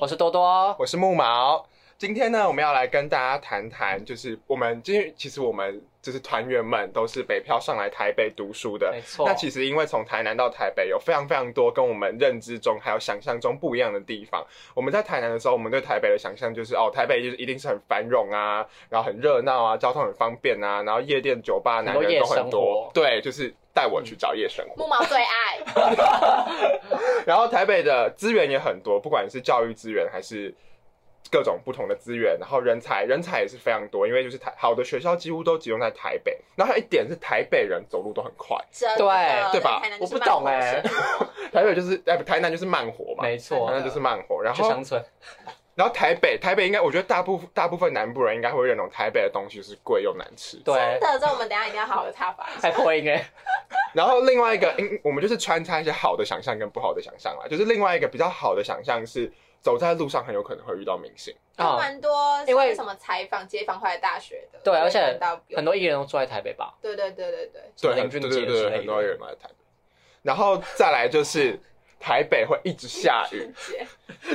我是多多，我是木毛。今天呢，我们要来跟大家谈谈，就是我们今天其实我们就是团员们都是北漂上来台北读书的没，错。那其实因为从台南到台北有非常非常多跟我们认知中还有想象中不一样的地方。我们在台南的时候，我们对台北的想象就是哦，台北就是一定是很繁荣啊，然后很热闹啊，交通很方便啊，然后夜店酒吧很男多人都夜很生多活，对，就是带我去找夜生活。木毛最爱，然后台北的资源也很多，不管是教育资源还是各种不同的资源，然后人才人才也是非常多，因为就是台好的学校几乎都集中在台北。然后还有一点是台北人走路都很快，真的对对吧台南就我是不慢活懂哎、生台北就是哎台南就是慢活嘛，没错台，南就是慢活。然去后乡村，然后台北台北应该我觉得大部分大部分南部人应该会认同台北的东西是贵又难吃。对真，的，这我们等一下一定要好好的踏伐一下。还破音哎，然后另外一个，嗯，我们就是穿插一些好的想象跟不好的想象啦。就是另外一个比较好的想象是走在路上很有可能会遇到明星。还啊有蛮多，因为像是什么采访街访回来大学的，对我也而且看到有很多艺人都住在台北吧？对对对对对，对，什么很林俊对杰对之类对，的很多人来台北。然后再来就是台北会一直下雨，姐，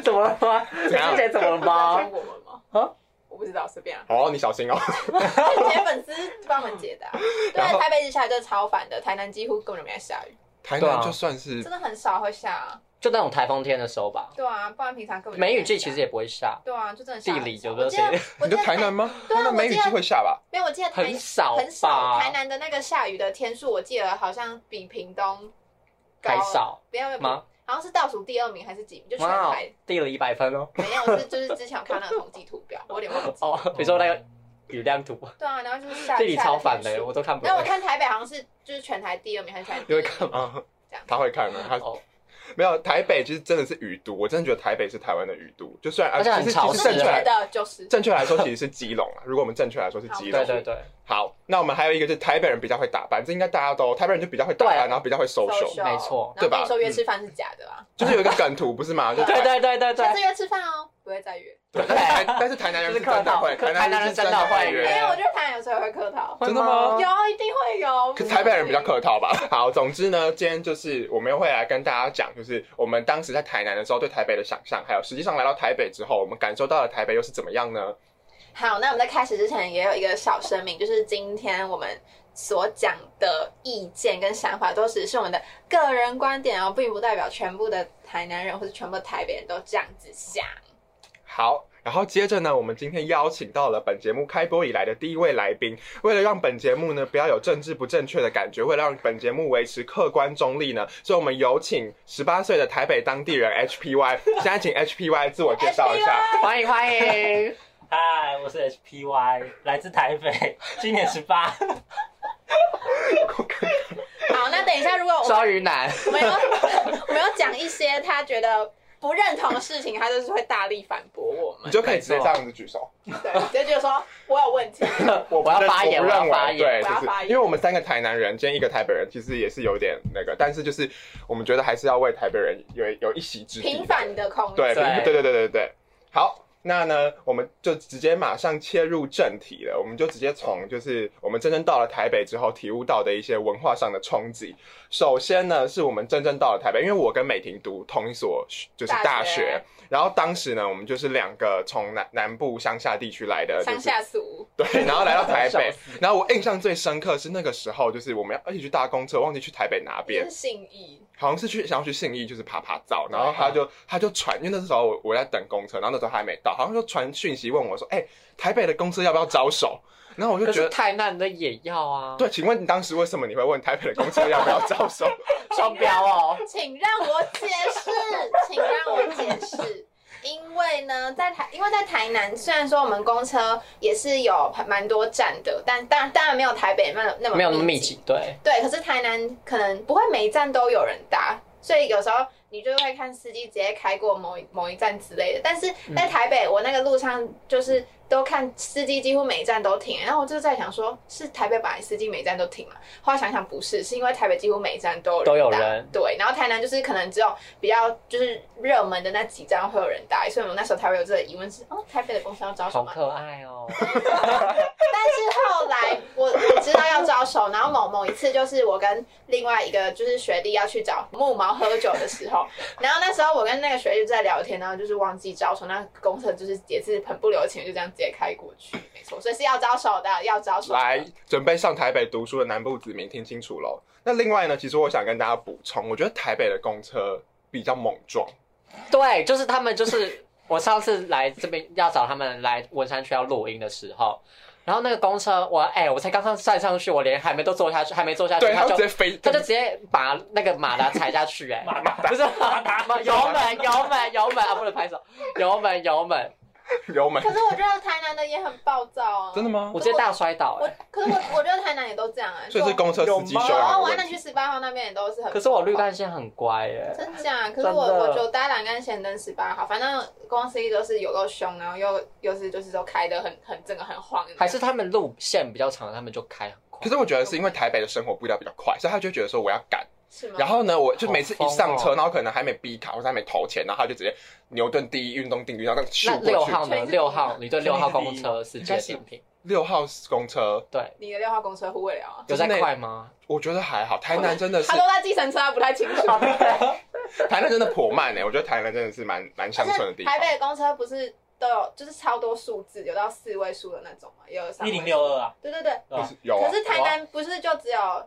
怎么了吗？怎样林俊杰怎么了不是要吗听？我们吗？啊啊，我不知道，随便啊。哦，你小 心哦。姐姐粉丝帮我们解答。对然后，台北一直下雨真的超烦的，台南几乎根本就没在下雨，台对南啊就算是真的很少会下啊。就那种台风天的时候吧，对啊，不然平常根本就没梅雨在季下其实也不会下，对啊，就真的下地很理少有我个记谁得我记你得就台南吗？对啊台南梅雨我记得季会下吧？没有，我记得台很少很少，吧台？南的那个下雨的天数，我记得好像比屏东高还，少没有没有，吗？好像是倒数第二名还是几名，就全哇哦台。，地理一百分哦。没有，我是就是之前有看那个统计图表，我有点忘记。哦，你说那个雨量图，对啊，然后就是下地理下超烦天的，数我都看不然后我。懂看台北好像是就是全台第二名还是全台第你一会名？看吗？啊这样，他会看的，他哦，没有台北其实真的是雨都，我真的觉得台北是台湾的雨都，就虽然呃而且很其实潮其湿正实正确确来的就是正确来说其实是基隆啊，如果我们正确来说是基对隆。对对，好，那我们还有一个就是台北人比较会打扮，这应该大家都台北人就比较会打扮，对然后比较会 social，啊 social 没错然后对吧跟你说约吃饭是假的啊，就是有一个梗图不是 吗？就对台对对对对啊下次对，约吃饭哦，不会再约。对，但是台但是台南人是真的会，就是客套台南人是真的台南因人真的会约哎为我觉得台南有时候会客套，真的吗会有一定会有。可是台北人比较客套吧。 好，总之呢，今天就是我们会来跟大家讲，就是我们当时在台南的时候对台北的想象，还有实际上来到台北之后，我们感受到了台北又是怎么样呢？好，那我们在开始之前也有一个小声明，就是今天我们所讲的意见跟想法都只是我们的个人观点哦，并不代表全部的台南人或者全部的台北人都这样子想。好。然后接着呢，我们今天邀请到了本节目开播以来的第一位来宾。为了让本节目呢不要有政治不正确的感觉，为了让本节目维持客观中立呢，所以我们有请十八岁的台北当地人 HPY。现在请 HPY 自我介绍一下。欢迎欢迎。嗨，我是 HPY，来自台北，今年十八。 好，那等一下，如果我们双鱼男，我们有我们有讲一些他觉得不认同的事情，他就是会大力反驳我你们，就可以直接这样子举手。对，就觉得说我有 问题。我要发言，我我不认要为发言。对，我要就是发言因为我们三个台南人，今天一个台北人，其实也是有点那个，但是就是我们觉得还是要为台北人有有一席之地。平凡的空对，间，平对对对对对对。好，那呢，我们就直接马上切入正题了，我们就直接从就是我们真正到了台北之后体悟到的一些文化上的冲击。首先呢，是我们真正到了台北，因为我跟美婷读同一所就是大大学，学然后当时呢，我们就是两个从南南部乡下地区来的，就乡是下俗，对，然后来到台笑北，然后我印象最深刻是那个时候，就是我们要一起去搭公车，忘记去台北哪边真，信义，好像是去想要去信义，就是爬爬照，然后他嗯就他就传，因为那时候我我在等公车，然后那时候还没到，好像就传讯息问我说，哎、台北的公车要不要招手？然后我就可觉是得，太难的也要啊，对，，请问你当时为什么你会问台北的公车要不要招手？ 双标哦。请让我解释，请让我解释。因为呢，在台，因为在台南，虽然说我们公车也是有蛮多站的，但当然当然没有台北那么那么没有那么密集。集，对，对，可是台南可能不会每一站都有人搭，所以有时候你就会看司机直接开过某一某一站之类的。但是嗯在台北，我那个路上就是都看司机几乎每一站都停，欸然后我就在想说，是台北本来司机每一站都停嘛？后来想想不是，是因为台北几乎每一站都有都有搭人对，然后台南就是可能只有比较就是热门的那几站会有人搭，所以我们那时候才会有这个疑问是，哦，台北的公司要招什好么？可爱哦。但是后来我我知道要招手候，然后某某一次就是我跟另外一个就是学弟要去找木毛喝酒的时候， 然后那时候我跟那个学弟就在聊天，然后就是忘记招手，那公厕就是也是很不留情，就这样直接开过去，没错，所以是要招手的，要招手的。来，准备上台北读书的南部子民听清楚喽。那另外呢，其实我想跟大家补充，我觉得台北的公车比较猛撞，对，就是他们，就是我上次来这边要找他们来文山区要录音的时候，然后那个公车，我哎、我才刚刚站上去，我连还没都坐下去，还没坐下去，对，它他会直就接飞，他就直接把那个马达踩下去、哎，马达 不是马达，油门油门油门啊，不能拍手，油门油门， 油门可。是我觉得台南的也很暴躁 啊，真的吗我？直接大摔倒、我哎，可是我我觉得台南也都这样啊、 所以是公车司机有啊吗修然养后的我问那题去。十八号那边也都是很，可是我绿干线很乖耶、哎真假？可是真的我我就搭两根线灯十八号，反正公司一都是有够凶，然后又又是就是都开的很很整个很晃的那种，还是他们路线比较长，他们就开很快。可是我觉得是因为台北的生活步调比较快，所以他就觉得说我要赶。是吗？然后呢，我就好每次一疯上车，哦然后可能还没 B 卡或者还没投钱，然后他就直接牛顿第一运动定律，然后咻那过六去。号呢？全是六号，你对全是六号第一公车世界点评，六号公车，对，你的六号公车忽略啊，有就是在那快吗？我觉得还好。台南真的是他，都在计程车，他不太清楚。 台南真的颇慢哎、我觉得台南真的是蛮蛮乡村的地方台。北的公车不是都有就是超多数字，有到四位数的那种嘛，也有三一位零六二啊，对对对。对吧就是有啊可，是台南不是就只有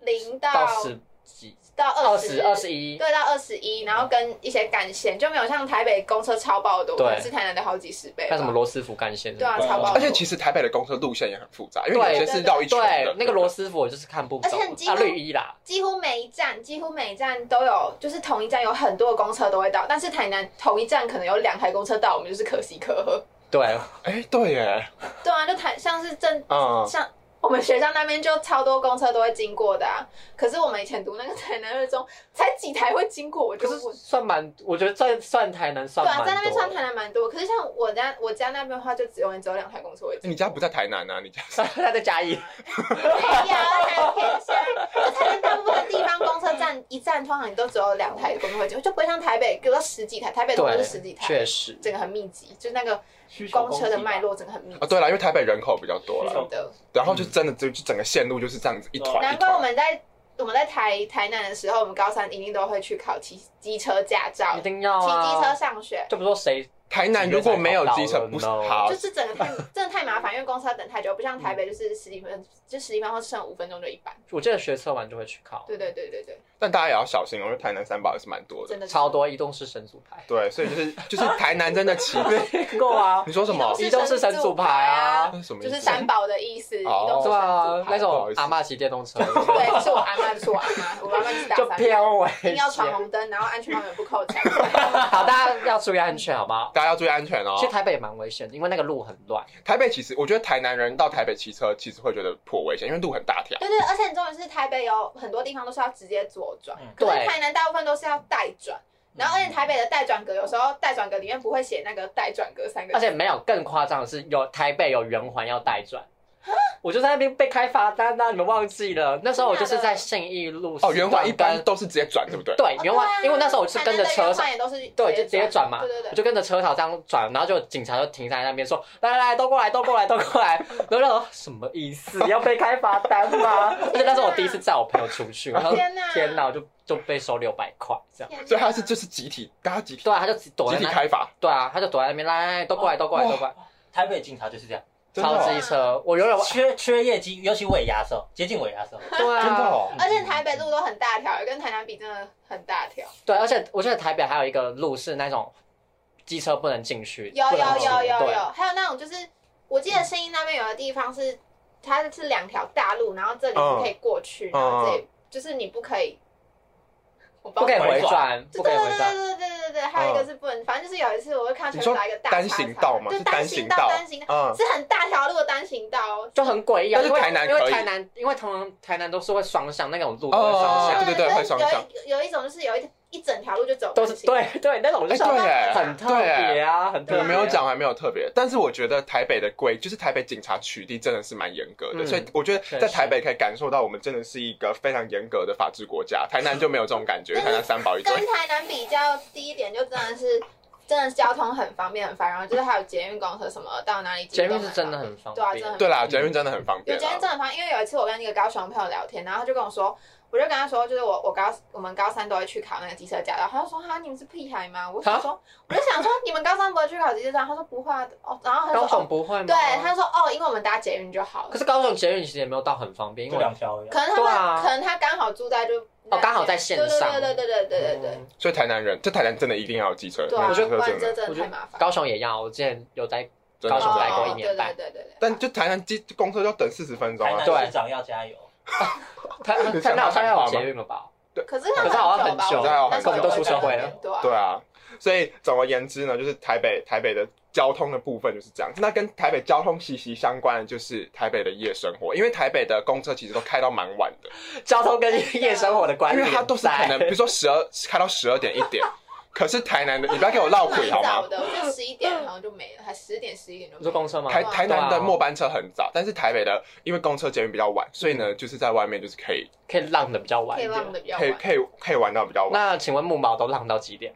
零到到十几、到二二十、二十一，对，到二十一，然后跟一些干线就没有像台北公车超爆多，对可能是台南的好几十倍吧。像什么罗斯福干线，对啊，对超爆多。而且其实台北的公车路线也很复杂，因为对有些是绕一圈对的，。那个罗斯福我就是看不而且懂很激啊，动绿衣啦，几乎每一站，几乎每一站都有，就是同一站有很多的公车都会到，但是台南同一站可能有两台公车到，我们就是可喜可贺。对，哎，对耶，对啊，就台像是正嗯，像我们学校那边就超多公车都会经过的啊。可是我们以前读那个台南二中，才几台会经过，我可就是问。算蛮，我觉得在算台南对算啊，在那蛮边算多台的。南蛮多，可是像我家我家那边的话，就只有只有两台公 车会经过。你家不在台南啊？你家 他在嘉义，没有，哎台偏乡，就台南大部分地方公车站一站通常你都只有两台公车会经过，就不会像台北，比如说十几台，台北都是十几对，台，确实，整个很密集，就是那个需求公车的脉络整个很密啊？集。对了，因为台北人口比较多需求了，真的，然后就真的就就整个线路就是这样子一团一嗯难怪我团。们在我们在台台南的时候，我们高三一定都会去考骑机车驾照，一骑定要机车啊，上学，就不说谁台南如果没有机我车，们不是都好就，是整个太真的太麻烦，因为公车等太久，不像台北就是十几分就十几分钟剩五分钟就一班。我记得学测完就会去考，对对对对对，但大家也要小心哦，因为台南三宝也是蛮多的。真的超。多移动式神主牌，对，所以就是就是台南真的骑，，听过啊你说什么？移动式神主牌啊那，是什么意就思？是三宝的意思，移哦动式对啊神，那不好种意思阿嬷骑电动 车对，是我阿妈，是我阿妈，我阿妈就是打 就三炮，飘一定尾，要闯红灯，然后安全帽也不扣钱。好，大家要注意安全，好不好？大家要注意安全哦其。实台北也蛮危险的，因为那个路很乱。台北其实，我觉得台南人到台北骑车其实会觉得颇危险，因为路很大条。对对，而且重点是台北有很多地方都是要直接左转，嗯可是对嗯台南大部分都是要带转。然后，而且台北的带转格有时候带转格里面不会写那个带转格三个字，而且没有更夸张的是，有台北有圆环要带转，我就在那边被开罚单啊那、你们忘记了？那时候我就是在信义路哦，圆环一般跟都是直接转，对不对？对哦圆环，对啊因为那时候我是跟着车台南的圆上，环也都是对，就直接转嘛，对对我对，就跟着车头这样转，然后就警察就停在那边说：“来来来，都过来，都过来，都过来。” 然后我就想说什么意思？要被开罚单 吗？而且那时候我第一次载我朋友出去，然后天哪天哪，我就就被收六百块这样。天哪所以他是就是集体，大家集体对啊，他就只躲集在体那开罚，对啊，他就躲在那边，来来来，都过来，都过来，哇都哦过来，台北警察就是这样，真的哦超机车，我永远缺缺业绩，尤其尾牙的时候，接近尾牙 的时候，对真的啊，哦。而且台北路都很大条，跟台南比真的很大条。对，啊而且我觉得台北还有一个路是那种机车不能进去，有有不能有骑有啊对有，还有那种就是，我记得声音那边有的地方是，它是两条大路，然后这里嗯是可以过去，然后这里就是你不可以，我不可以知道回转，对不可对以对回转，对对对对对，还有一个是不能，反正就是有一次我会看到你全说部打一个大单叉行叉道吗？对是单单行行道，道单行道嗯，是很大条路的单行道哦。就很诡异啊。但是因为台南因可为以台南，因为通常台南都是会双向那种路，会双哦向对对对会就是双有向一有一种就是有一一整条路就走都单是行道，对对那种，我就哎，想对说耶，很特对耶别啊，很特别。我没有，讲，还没有特别，但是我觉得台北的规，就是台北警察取缔真的是蛮严格的，嗯所以我觉确实得在台北可以感受到我们真的是一个非常严格的法治国家。台南就没有这种感觉，但是 台南三宝一堆跟。台南比较，第一点就真的是真的交通很方便，很方便。然后就是还有捷运、公车什么，到哪里捷几运栋是很真的方很方对啊，便，真的很对啦，捷运真的很方有便啊今天啦。真的很方，因为有一次我跟一个高雄朋友聊天，然后他就跟我说，我就跟他说，就是我我高我们高三都会去考那个机车驾照，他就说哈你们是屁孩吗？我想说，我就想说你们高三不会去考机车驾照，他说不会啊哦，然后他高就说雄哦不会吗？对，他就说哦，因为我们搭捷运就好了可，是高雄捷运其实也没有到很方便，因就为两条一样。可能他对们、啊可能他刚好住在就哦刚好在线上对对对对对啊对对对嗯所以台南人，这台南真的一定要有机车，对，对没啊，有机车不然真这的真我的觉太得麻烦。高雄也要，我之前有在，真的高雄是待这过样一年半哦对对对对对，但就台南机公车就要等四十分钟台啊南。对市长要加油，他他你想那好像办法要吗有捷运了吧？可是可是好像很吧很久我觉对啊得那很久时候我们都出社会了对啊对啊，所以总而言之呢，就是台北台北的交通的部分就是这样。那跟台北交通息息相关的就是台北的夜生活，因为台北的公车其实都开到蛮晚的，交通跟夜生活的关因联为在，它都是可能比如说十二开到十二点一点。可是台南的，你不要给我绕蛮腿好早吗？的，我就十一点好像就没了，还十点十一点就没你了。说公车吗？啊台哇台南的末班车很早，但是台北的因为公车捷运比较晚，所以呢，就是在外面就是可以可以浪的比较晚可以一浪点。的比较可以晚。可以可以玩到比较晚。那请问木毛都浪到几点？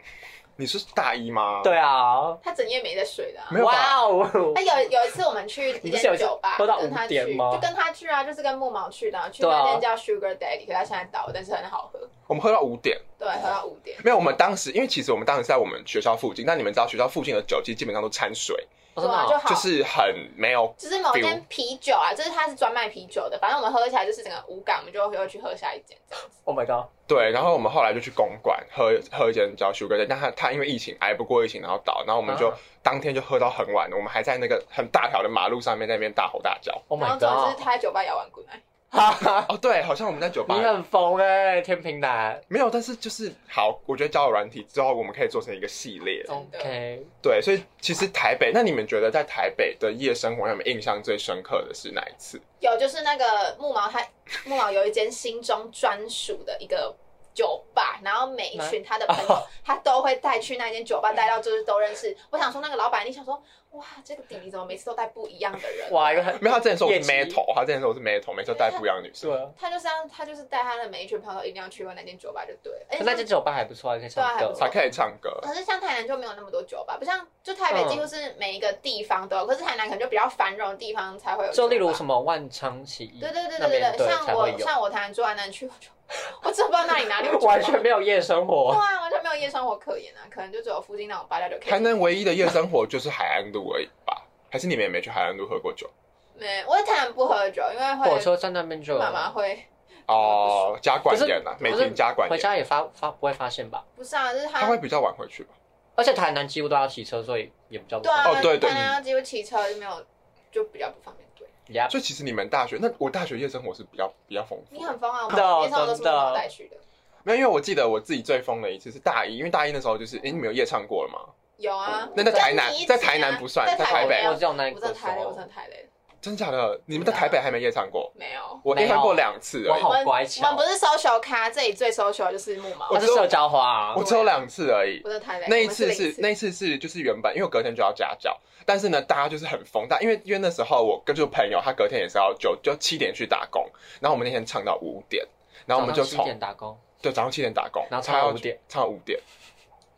你是大一吗？对啊，他整夜没在睡的、啊没。有吧哇哦他，有有一次我们去一你不是间有一次酒吧，喝到跟他5点去吗就跟他去啊，就是跟木毛去的啊，去对啊那间叫 Sugar Daddy，可他现在倒了，但是很好喝。我们喝到五点。对，哦喝到五点。没有，我们当时因为其实我们当时在我们学校附近，那你们知道学校附近的酒精基本上都掺水，我对真的啊，就哦好。就是很没有。就是某间啤酒啊，就是它是专卖啤酒的，反正我们喝起来就是整个无感，我们就又去喝下一间这样子。 ，Oh my god，对，然后我们后来就去公馆喝喝一间叫 Sugar Daddy，但他他因为疫情挨不过疫情，然后倒，然后我们就、啊当天就喝到很晚，我们还在那个很大条的马路上面那边大吼大叫。 ，Oh 然 my 后总之是 god，他在酒吧摇完滚来，啊哦，对，好像我们在酒吧你很疯哎，天平男。没有，但是就是好，我觉得交友软体之后我们可以做成一个系列。真的 OK，对，所以其实台北，那你们觉得在台北的夜生活，让你们印象最深刻的是哪一次？有就是那个木毛他木毛有一间心中专属的一个。酒吧，然后每一群他 的朋友，他都会带去那间酒吧，带到就是都认识。我想说，那个老板，你想说，哇，这个弟弟怎么每次都带不一样的人？哇，一个很没有，他之前说我是夜骑 metal，他之前说我是 metal，每次都带不一样的女生。对啊，他就这样，他就是带他的每一群朋友一定要去过那间酒吧就对了。而且可那间酒吧还不错啊，可以唱对啊还不歌错才可以唱歌。可是像台南就没有那么多酒吧，不像就台嗯北几乎是每一个地方都有，可是台南可能就比较繁荣的地方才会有。就例如什么？么万昌洗衣，对对对那对边对，像才会我有，像我台南住在南区，我就 我真的不知道那里哪里有 酒吧完全没有夜生对哦活。啊，完全没有夜生活可言啊，可能就只有附近那种八家酒 K。台南唯一的夜生活就是海岸路而已吧？还是你们也没去海岸路喝过酒？没，我在台南不喝酒，因为火会车站那边就有妈妈会哦，加管呃可是严啊，美可是婷加管回严，家也发发不会发现吧？不是啊，就是他他会比较晚回去吧？而且台南几乎都要骑车，所以也比较不对啊，哦对对台南只有骑车就没有，就比较不方便。对，呀，所以其实你们大学，那我大学夜生活是比较比较丰富你。很疯啊，我真的们夜生活都是真的我带去的。没有，因为我记得我自己最疯的一次是大一，因为大一那时候就是，哎，你们有夜唱过了吗？有啊，那在台南跟你一起在啊台南不算在在台台北没有我只有那一啊我真个的太累，我时真候的太累了，真假的？你们在台北还没夜唱过？没有。我夜唱过两次而我已，好乖我们不巧，是 social 咖，这里最 social 就是木毛。它我是社交花啊我，只有两次而已。真的太累。那一我们次零是那一次是就是原本因为我隔天就要家教，但是呢大家就是很疯，但因为因为那时候我跟就朋友他隔天也是要九就七点去打工，然后我们那天唱到五点，然后我们就早上七从点打工，对早上七点打工，然后他唱到要5点唱到五点，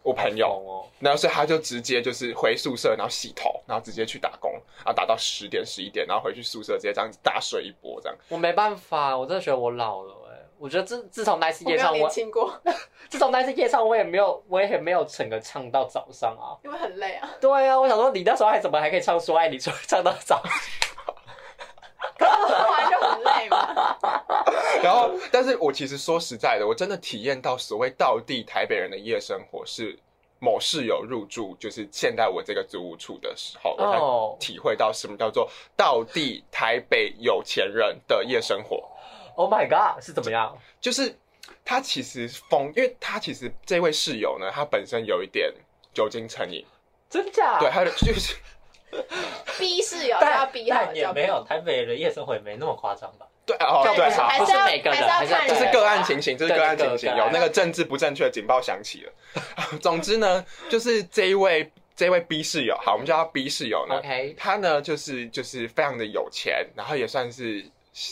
我朋友，哦，然后所以他就直接就是回宿舍，然后洗头，然后直接去打工，然后打到十点十一点，然后回去宿舍直接这样子大睡一波这样。我没办法，我真的觉得我老了哎，我觉得自自从那一次我没夜有唱，年我轻过， 自从那一次夜唱，我也没有我也没有整个唱到早上啊。因为很累啊。 对啊，我想说你那时候还怎么还可以唱《说爱你》唱唱到早？喝完就很累 嘛。然后，但是我其实说实在的，我真的体验到所谓道地台北人的夜生活是某室友入住，就是现在我这个租屋处的时候，我哦才体会到什么叫做道地台北有钱人的夜生活， ，Oh my god，是怎么样？就是他其实疯，因为他其实这位室友呢，他本身有一点酒精成瘾，真假？对，，他的就是 逼室友就哦要但逼好但了，也就没有台北的夜生活也没那么夸张吧？对哦但对不是好还。不是是要每个人还还是是要要看这人是对个案情形，这是对个案这是情形，个有案那个政治不正确的警报响起了。 总之呢，就是这一位这一位 B 室友，好，我们叫他 B 室友呢 OK，他呢就是就是非常的有钱，然后也算是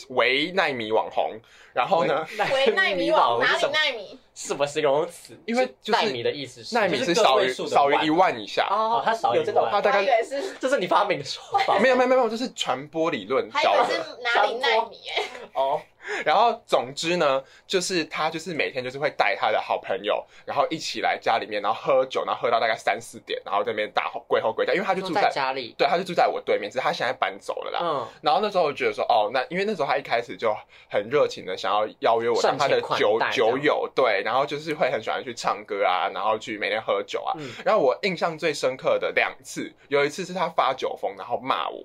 为奈米网红，然后呢，为奈米 网哪是什里么奈米？什么形容词？因为就是奈米的意思是奈米就是是个少于位数的少于万一万以下，哦哦，它少一有这种万它大我还以概为是，这是你发明的说法。没有没有没有，就是传播理论还以教为的。是哪里奈米？哎，哦， 然后总之呢，就是他就是每天就是会带他的好朋友，然后一起来家里面，然后喝酒，然后喝到大概三四点，然后在那边大吼鬼吼鬼叫，因为他就说住在在啊家里，对，他就住在我对面，只是他现在搬走了啦。嗯，然后那时候我觉得说，哦，那因为那时候他一开始就很热情的想要邀约我当他盛的情款酒待这样酒友，对，然后就是会很喜欢去唱歌啊，然后去每天喝酒啊。嗯然后我印象最深刻的两次，有一次是他发酒疯，然后骂我，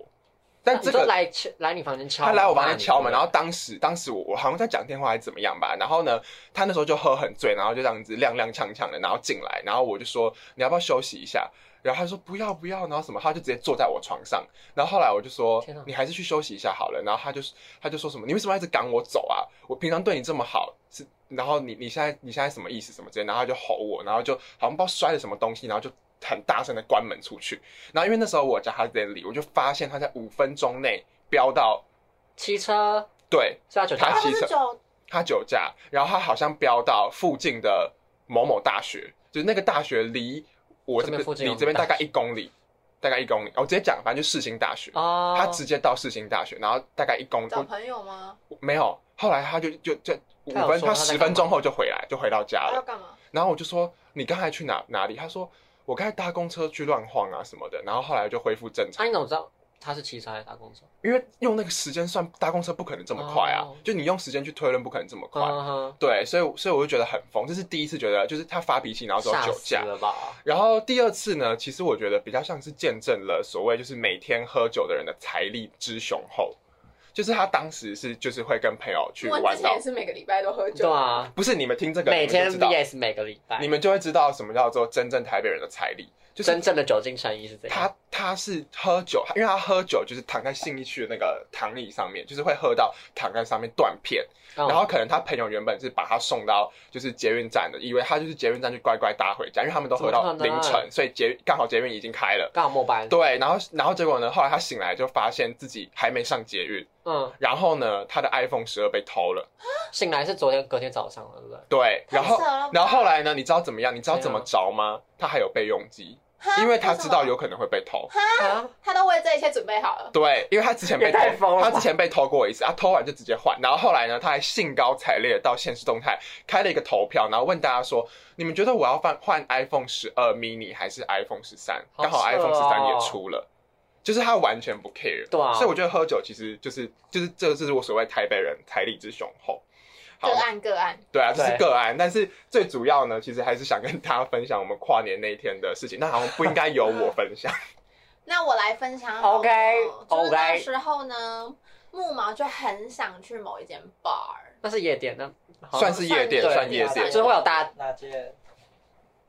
但这啊你说个来敲来你房间敲他门，来我房间敲门，然后后当时当时我我好像在讲电话还是怎么样吧，然后呢，他那时候就喝很醉，然后就这样子踉踉跄跄的，然后进来，然后我就说你要不要休息一下，然后他说不要不要，然后什么，他就直接坐在我床上，然后后来我就说天哪啊你还是去休息一下好了，然后他就他就说什么你为什么要一直赶我走啊，我平常对你这么好是。然后你你现在你现在什么意思什么之类，然后他就吼我，然后就好像不知道摔了什么东西，然后就很大声的关门出去。然后因为那时候我叫他在理，我就发现他在五分钟内飙到骑车对是要酒驾他他其不实是酒，他酒驾，然后他好像飙到附近的某某大学，就是那个大学离我这这边附边近有离这边大大学概一公里，大概一公里。哦我直接讲，反正就世新大学，哦，他直接到世新大学，然后大概一公找里朋友吗？没有。后来他就就就五他有分，说他他在十干分嘛钟后就回来，就回到家他要了。干嘛？然后我就说你刚才去哪哪里？他说我刚才搭公车去乱晃啊什么的。然后后来就恢复正常啊他，你怎么知道他是骑车还是搭公车？因为用那个时间算搭公车不可能这么快啊哦，就你用时间去推论不可能这么快。嗯哼，对，所以所以我就觉得很疯，这是第一次觉得就是他发脾气，然后之后吓酒死驾。了吧？然后第二次呢，其实我觉得比较像是见证了所谓就是每天喝酒的人的财力之雄厚，就是他当时是就是会跟朋友去我之玩前到也，是每个礼拜都喝对酒，啊，不是你们听这个每天你们就知道， VS 每个礼拜你，们就会知道什么叫做真正台北人的财力，就是真正的酒精成瘾是怎样？他他是喝酒，因为他喝酒就是躺在信义区的那个躺椅上面，就是会喝到躺在上面断片。嗯然后可能他朋友原本是把他送到就是捷运站的，以为他就是捷运站就乖乖搭回家，因为他们都喝到怎么可能凌晨，所以捷刚好捷运已经开了。刚好末班，对，然后然后结果呢？后来他醒来就发现自己还没上捷运，嗯，然后呢，他的 iPhone 十二被偷了。醒来是昨天隔天早上了，对不对？对，太然后扯了吧然后后来呢？你知道怎么样？你知道怎怎样么着吗？他还有备用机，哈因为他知道什么有可能会被偷。啊，他都为这一切准备好了。对，因为他之前被也太疯偷，了他吧之前被偷过一次，他偷完就直接换，然后后来呢，他还兴高采烈地到现实动态开了一个投票，然后问大家说，你们觉得我要换换 iPhone 十二 mini 还是 iPhone 十三？好刚好扯 iPhone 十三哦也出了。就是他完全不 care，对啊所以我觉得喝酒其实就是就是这个就是我所谓台北人财力之雄厚，好个，案个案，对啊，这是对个案，但是最主要呢，其实还是想跟大家分享我们跨年那一天的事情，那好像不应该由我分享，那我来分享好了 OK，就是那 OK 时候呢，木毛就很想去某一间 bar，那是夜店，那 好算是夜店，对算夜就店，是会有大，那件就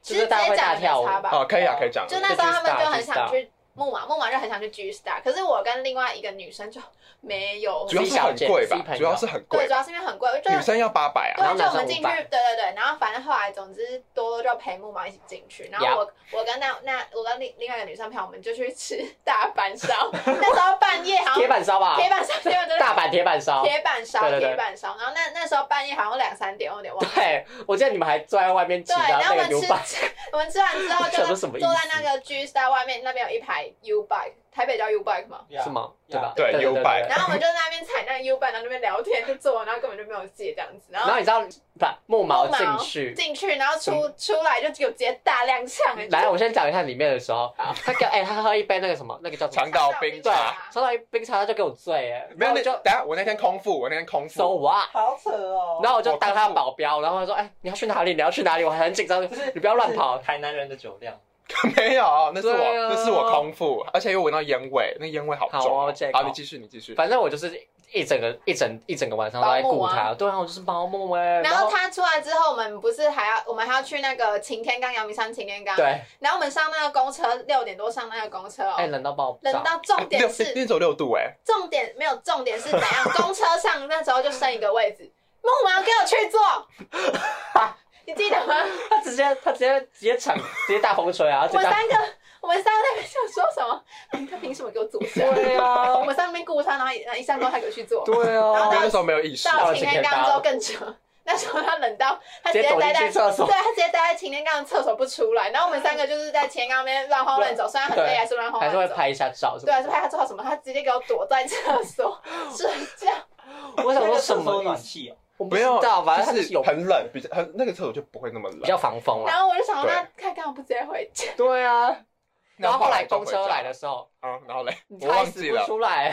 其实是直大家接会讲大没跳舞差，吧？哦，可以啊，可以讲了，就那时候他们就很想去木马，木马就很想去 G Star，可是我跟另外一个女生就没有主。要是很贵吧哦 C 朋，友主要是很贵对，主，要是因为很贵，就女生要八百啊。然后对，就男我生们进去， 500对对对，然后反正后来总之多多就陪木马一起进去，然后我我跟那那我跟另另外一个女生朋友，我们就去吃 大阪烧， 那时候半夜好像铁板烧吧，铁板烧，铁板真的大阪铁板烧。铁板烧，对对对铁板烧，然后那那时候半夜好像两三点，我有点忘了。对，我记得你们还坐在外面骑对，着然后那我个们牛吃板，我们吃完之后 想就说是什么意思坐在那个 G Star 外面，那边有一排 U Bike，台北叫 U Bike 嘛。是吗？对吧？对对牛对掰对然后我们就在那边踩那个 U Bike，然后那边聊天就坐，然后根本就没有借这样子，然然后后你知道，把木毛木毛进去，进去，然后什出出来就有直接大踉跄哎，来，我先讲一下里面的时候，他给哎，他喝一杯那个什么，那个叫什么长岛冰茶，啊收到一冰茶，他就给我醉哎，没有然后那我就等下我那天空腹，我那天空 so 腹， what？好扯哦。然后我就当他的保镖，然后他说：“哎，你要去哪里？你要去哪里？”我还很紧张，你不要乱跑。台南人的酒量， 没有，那是我对啊那是我空腹，而且又闻到烟味，那烟味好重。好哦这个好，你继续，你继续。反正我就是一整个一整一整个晚上都在顾保姆他，对啊，我就是保姆哎。然后他出来之后，我们不是还要，我们还要去那个擎天岗、阳明山擎天岗。。对，然后我们上那个公车，六点多上那个公车哦。哎，冷到爆炸，冷到重六点是，那时候六度哎，重点没有重点是怎样？公车上那时候就剩一个位置，木毛给我去 坐，你记得吗？他直接他直接直接抢，直接大风吹啊！直我接大三个我们三个在那边想说什么？哎他凭什么给我坐下？对啊哦 我们上面雇他，然后一一上钩他给我去做。对然后因啊为到 那时候没有意识，到到了擎擎天天岗岗之后更扯，那时候他冷到他直 直接接走进待在去厕所对他直接待在 擎天岗的厕所不出来。然后我们三个就是在擎天岗那边乱晃乱走，虽然很累对还是乱晃还是会乱走。拍一下照什对，啊还么是的。怕他做到什么，他直接给我躲在厕所 睡觉。我想说那个什厕所么暖意思？气哦，我不没知有，道，反正它就就是是有很冷，比较很那个厕所就不会那么比较冷。防风然啦。后我就想说，对那他干嘛不直接回家？ 对啊，然然后后后后来来公公车车来来的时候，嗯，然后嘞，你我忘开始记不了。出来，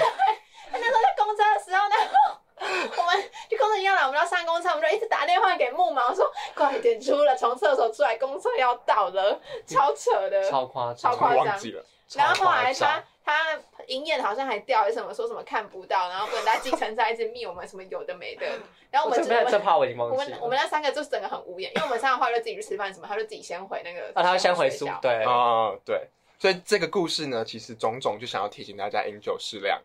那时候在公车的时候，然后我们就公车已经要来，我们要上公车，我们就一直打电话给木马，我说快点出了，从厕所出来，公车要到了，超扯的。超夸超张，我夸张 忘记了，超然后后来夸张他他银眼好像还掉还是什么，说什么看不到，然后不能搭计程车，一直密我们什么有的没 的。然后我我们这只我边这们怕我已经忘我们记了。我们那三个就是整个很无言，因为我们三个后来就自己去吃饭什么，他就自己先回那个 啊，他先回学苏校，对，啊、对。所以这个故事呢，其实种种就想要提醒大家饮酒适量，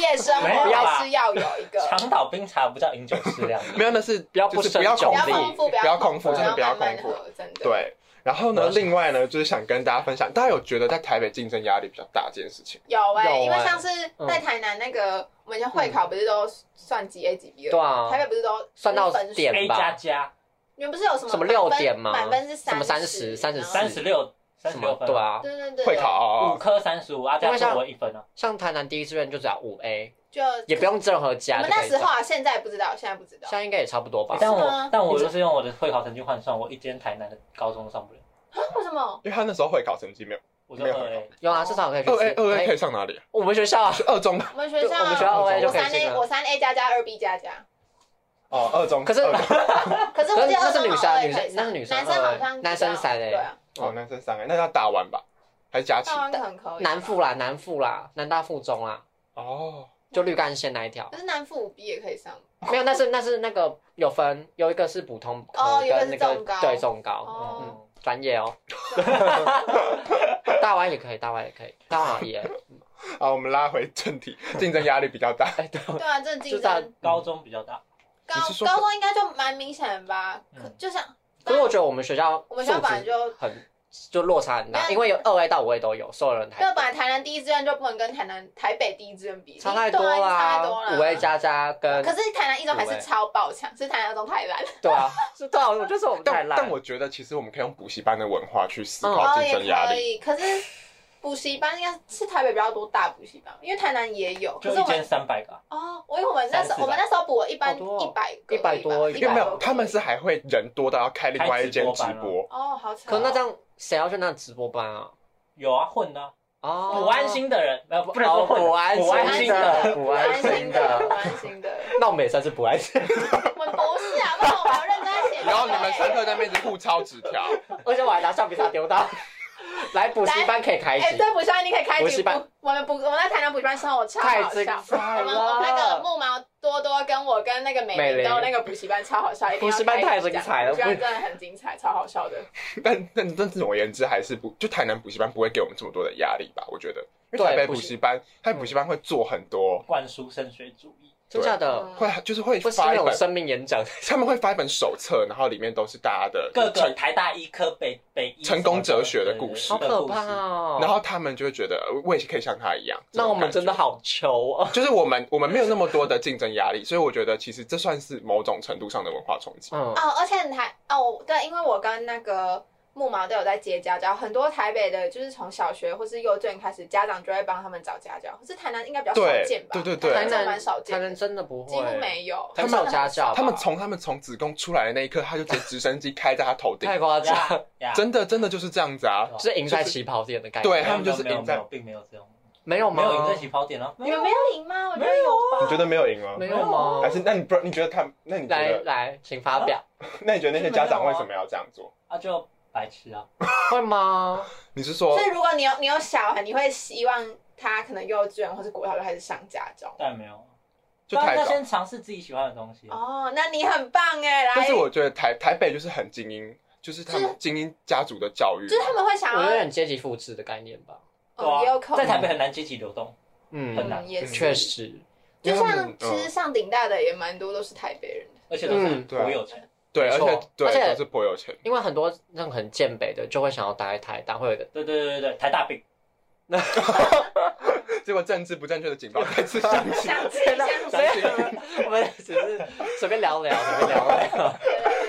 夜生活没有吧还是要有一个，长岛冰茶不叫饮酒 适量，没有那是不要不就是深不要酒空 不要力腹空腹，不要空腹，不真要的不要慢空慢腹。喝，真的。对，然后我呢，要想另外呢，就是想跟大家分享，大家有觉得在台北竞争压力比较大这件事情？有哎、有因为欸像是在台南那个，我们以前会考不是都算几 A 几 B 对的，啊台，北不是都算到分数点 A 加吧，加你们不是有什么什么满分6点吗满分是什么30 30 34三十六三什十么六分，对，啊，对对对，会考五哦，科三十五，阿因加为多像我一分哦，像台南第一志愿就只要五 A，就也不用任何加我就们可那以时候上，啊，现在不知道，现在不知道现。在应该也差不多吧。但是吗我但我就是用我的会考成绩换算，我一间台南的高中都上不了，为什么？因为他那时候会考成绩没有我就没有二 A，有啊，至少可以去二 A，吃二 A 可以哎上哪里啊？我们学校啊，是二中我们学校，我们学校二 A 就我可以三进 A，了我三 A 加加，二 B 加加。哦，二中。可是二中可是我可记得是那二是中女好生像啊，也女可以生那上是女生男生好二像 A，男生三对 A，啊， 哦，男生三 A，那要大湾吧？还是加起大？湾很可以。南附啦，南附啦，南大附中啦，哦，就绿干线那 一条可。是南附五 B 也可以上。没有，那是那是那个有分，有一个是普通哦有科一个跟是那个重高对重高哦，啊嗯，专业哦， 大湾也可以，大湾也可以，大湾好 像也好，我们拉回正题，竞争压力比较大。 哎对，对啊，这就竞在争高中比较大，高你是说高中应该就蛮明显的吧？嗯可就像可是我觉得我们学校我们学校本来就素质很就落差很没大，有因为有二 A 到五 A 都有，所有人那还本来台南第一志愿就不能跟台南台北第一志愿比，差太多对啊差太多啦，了。五 A 加加跟可是台南一中还是超爆强，是台南二中太烂。对啊，是对啊，我就说我们太但烂，但我觉得其实我们可以用补习班的文化去思 哦，考竞也争压可力。以。可是补习班应该是台北比较多大补习班，因为台南也有。可就是一我间们三百个啊，哦，因为我们那时三四候百我们那时候补了一般好多哦一百个， 100多一因为百没多个有，他们是还会人多到要开另外一间直开直播播，哦，好惨哦。可那这样谁要去那直播班啊？有啊混的啊，哦，补安心的人，呃，不能哦说混的，补安补安心心的，补补安安心心的的，补安心的。那我们也算是不 安心，我们不是啊，不然我们要认真在写。 然后你们上课在那边一直互抄纸条，而且我还拿橡皮擦 丢到来补习班可以开一哎、集，对，补习班你可以开补几习部班。我们补我们在台南补习班生活哎超太好精笑。彩我们我们那个了。木毛多多跟我跟那个美美玲玲都那个补习班超好笑，一定要补习班太精彩了补习班真的很精彩，超好笑的。但但但总而言之还是不就台南补习班不会给我们这么多的压力吧？我觉得，因为对台北补补习习班，它的补习班会做很多，灌输升学主义，真假的？会就是会嗯不是发那一种本，生命演讲，他们会发一本手册，然后里面都是大家的各个成台大医科北北医成功哲学的故事好可怕啊！哦！然后他们就会觉得呃我也可以像他一样。那我们这真的种好穷哦。感觉就是我们我们没有那么多的竞争压力，所以我觉得其实这算是某种程度上的文化冲击。嗯，哦，而且台哦，对，因为我跟那个木毛都有在接家教，很多台北的，就是从小学或是幼稚园开始，家长就会帮他们找家教，可是台南应该比较少对见吧？对对对台南台南蛮少台见的，南真的不会，几乎没有。很真少的家教吧，他们从他们从子宫出来的那一刻，他就直接直升机开在他头 顶，太夸张，呀呀，真的真的就是这样子啊！就是赢在起跑点的概对念。他们就是没有赢在没有，并没有这种，没有没吗？有赢在起跑点啊，你们没有赢吗？我觉得有吧。你觉得没有赢吗？哦没有吗？还是那你不你觉得他那你觉来得来，请发表， 那你觉得那些家长为什么要这样做？啊就白痴啊，会吗？你是说所以如果你有你有小孩，你会希望他可能幼稚园或是国小就开始上家教。但没有啊，就当然太要早？先尝试自己喜欢的东西啊，哦，那你很棒哎，来，但是我觉得台台北就是很精英，就是他就们精英家族的教育就是他嘛，们会想我有要，点阶级复制的概念吧。对哦，啊也有可在能台北很难阶级流动，很嗯，难嗯，也确是，实，就因为他们嗯 像其实上顶大的也蛮多都是台北人的，而且都是嗯国有城，对，没而错且对而且都是颇有钱。因为很多那种很健北的就会想要待在台大，会有一个对对对对对，台大病， 结果政治不正确的警报再次响起。想吃 想吃，没有，我们只是随便聊聊，随便聊聊。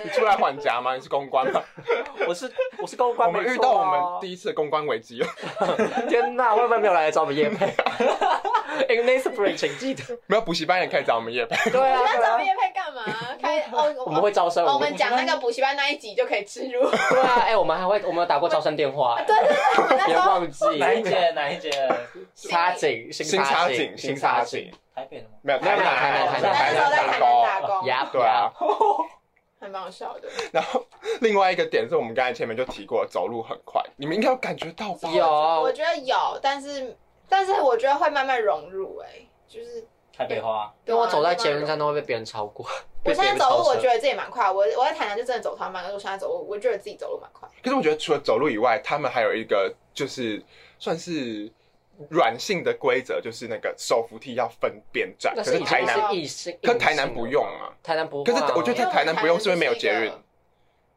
你出来还夹吗？你是公关 吗？ 我是我是公关，我们没遇错到啊我们第一次的公关危机了。 天哪，外面没有来找我们叶 配？In this spring，请记得。没有补习班也可以找我们叶培。对啊，那对找啊，叶配干嘛？ 开哦，我们会招生，哦我们们讲那个补习班那一集就可以植 入。对啊，哎，我们还会，我们有打过招生电话对，对对，我们 那别时候忘记。哪一届哪一届？插井，新插插井，新插插井，，台北的吗？没有台南，台南我台们那时候在台南打工，呀，对啊，还蛮好笑的。然后另外一个点是我们刚才前面就提过，走路很快，你们应该有感觉到吧？我有觉得有，但是但是我觉得会慢慢融入、哎，就是台北花，因为我走在对啊捷运上都会被别人超过。我现在被别人走超路，车我觉得自己蛮快。我我在台南就真的走超慢，可是我现在走路，我觉得自己走路蛮快。可是我觉得除了走路以外，他们还有一个就是算是软性的规则，就是那个手扶梯要分边站。那可是是以台前南，是异性，可是台南不用啊。台南不会可啊。是我觉得在台南不用是因为没有捷运，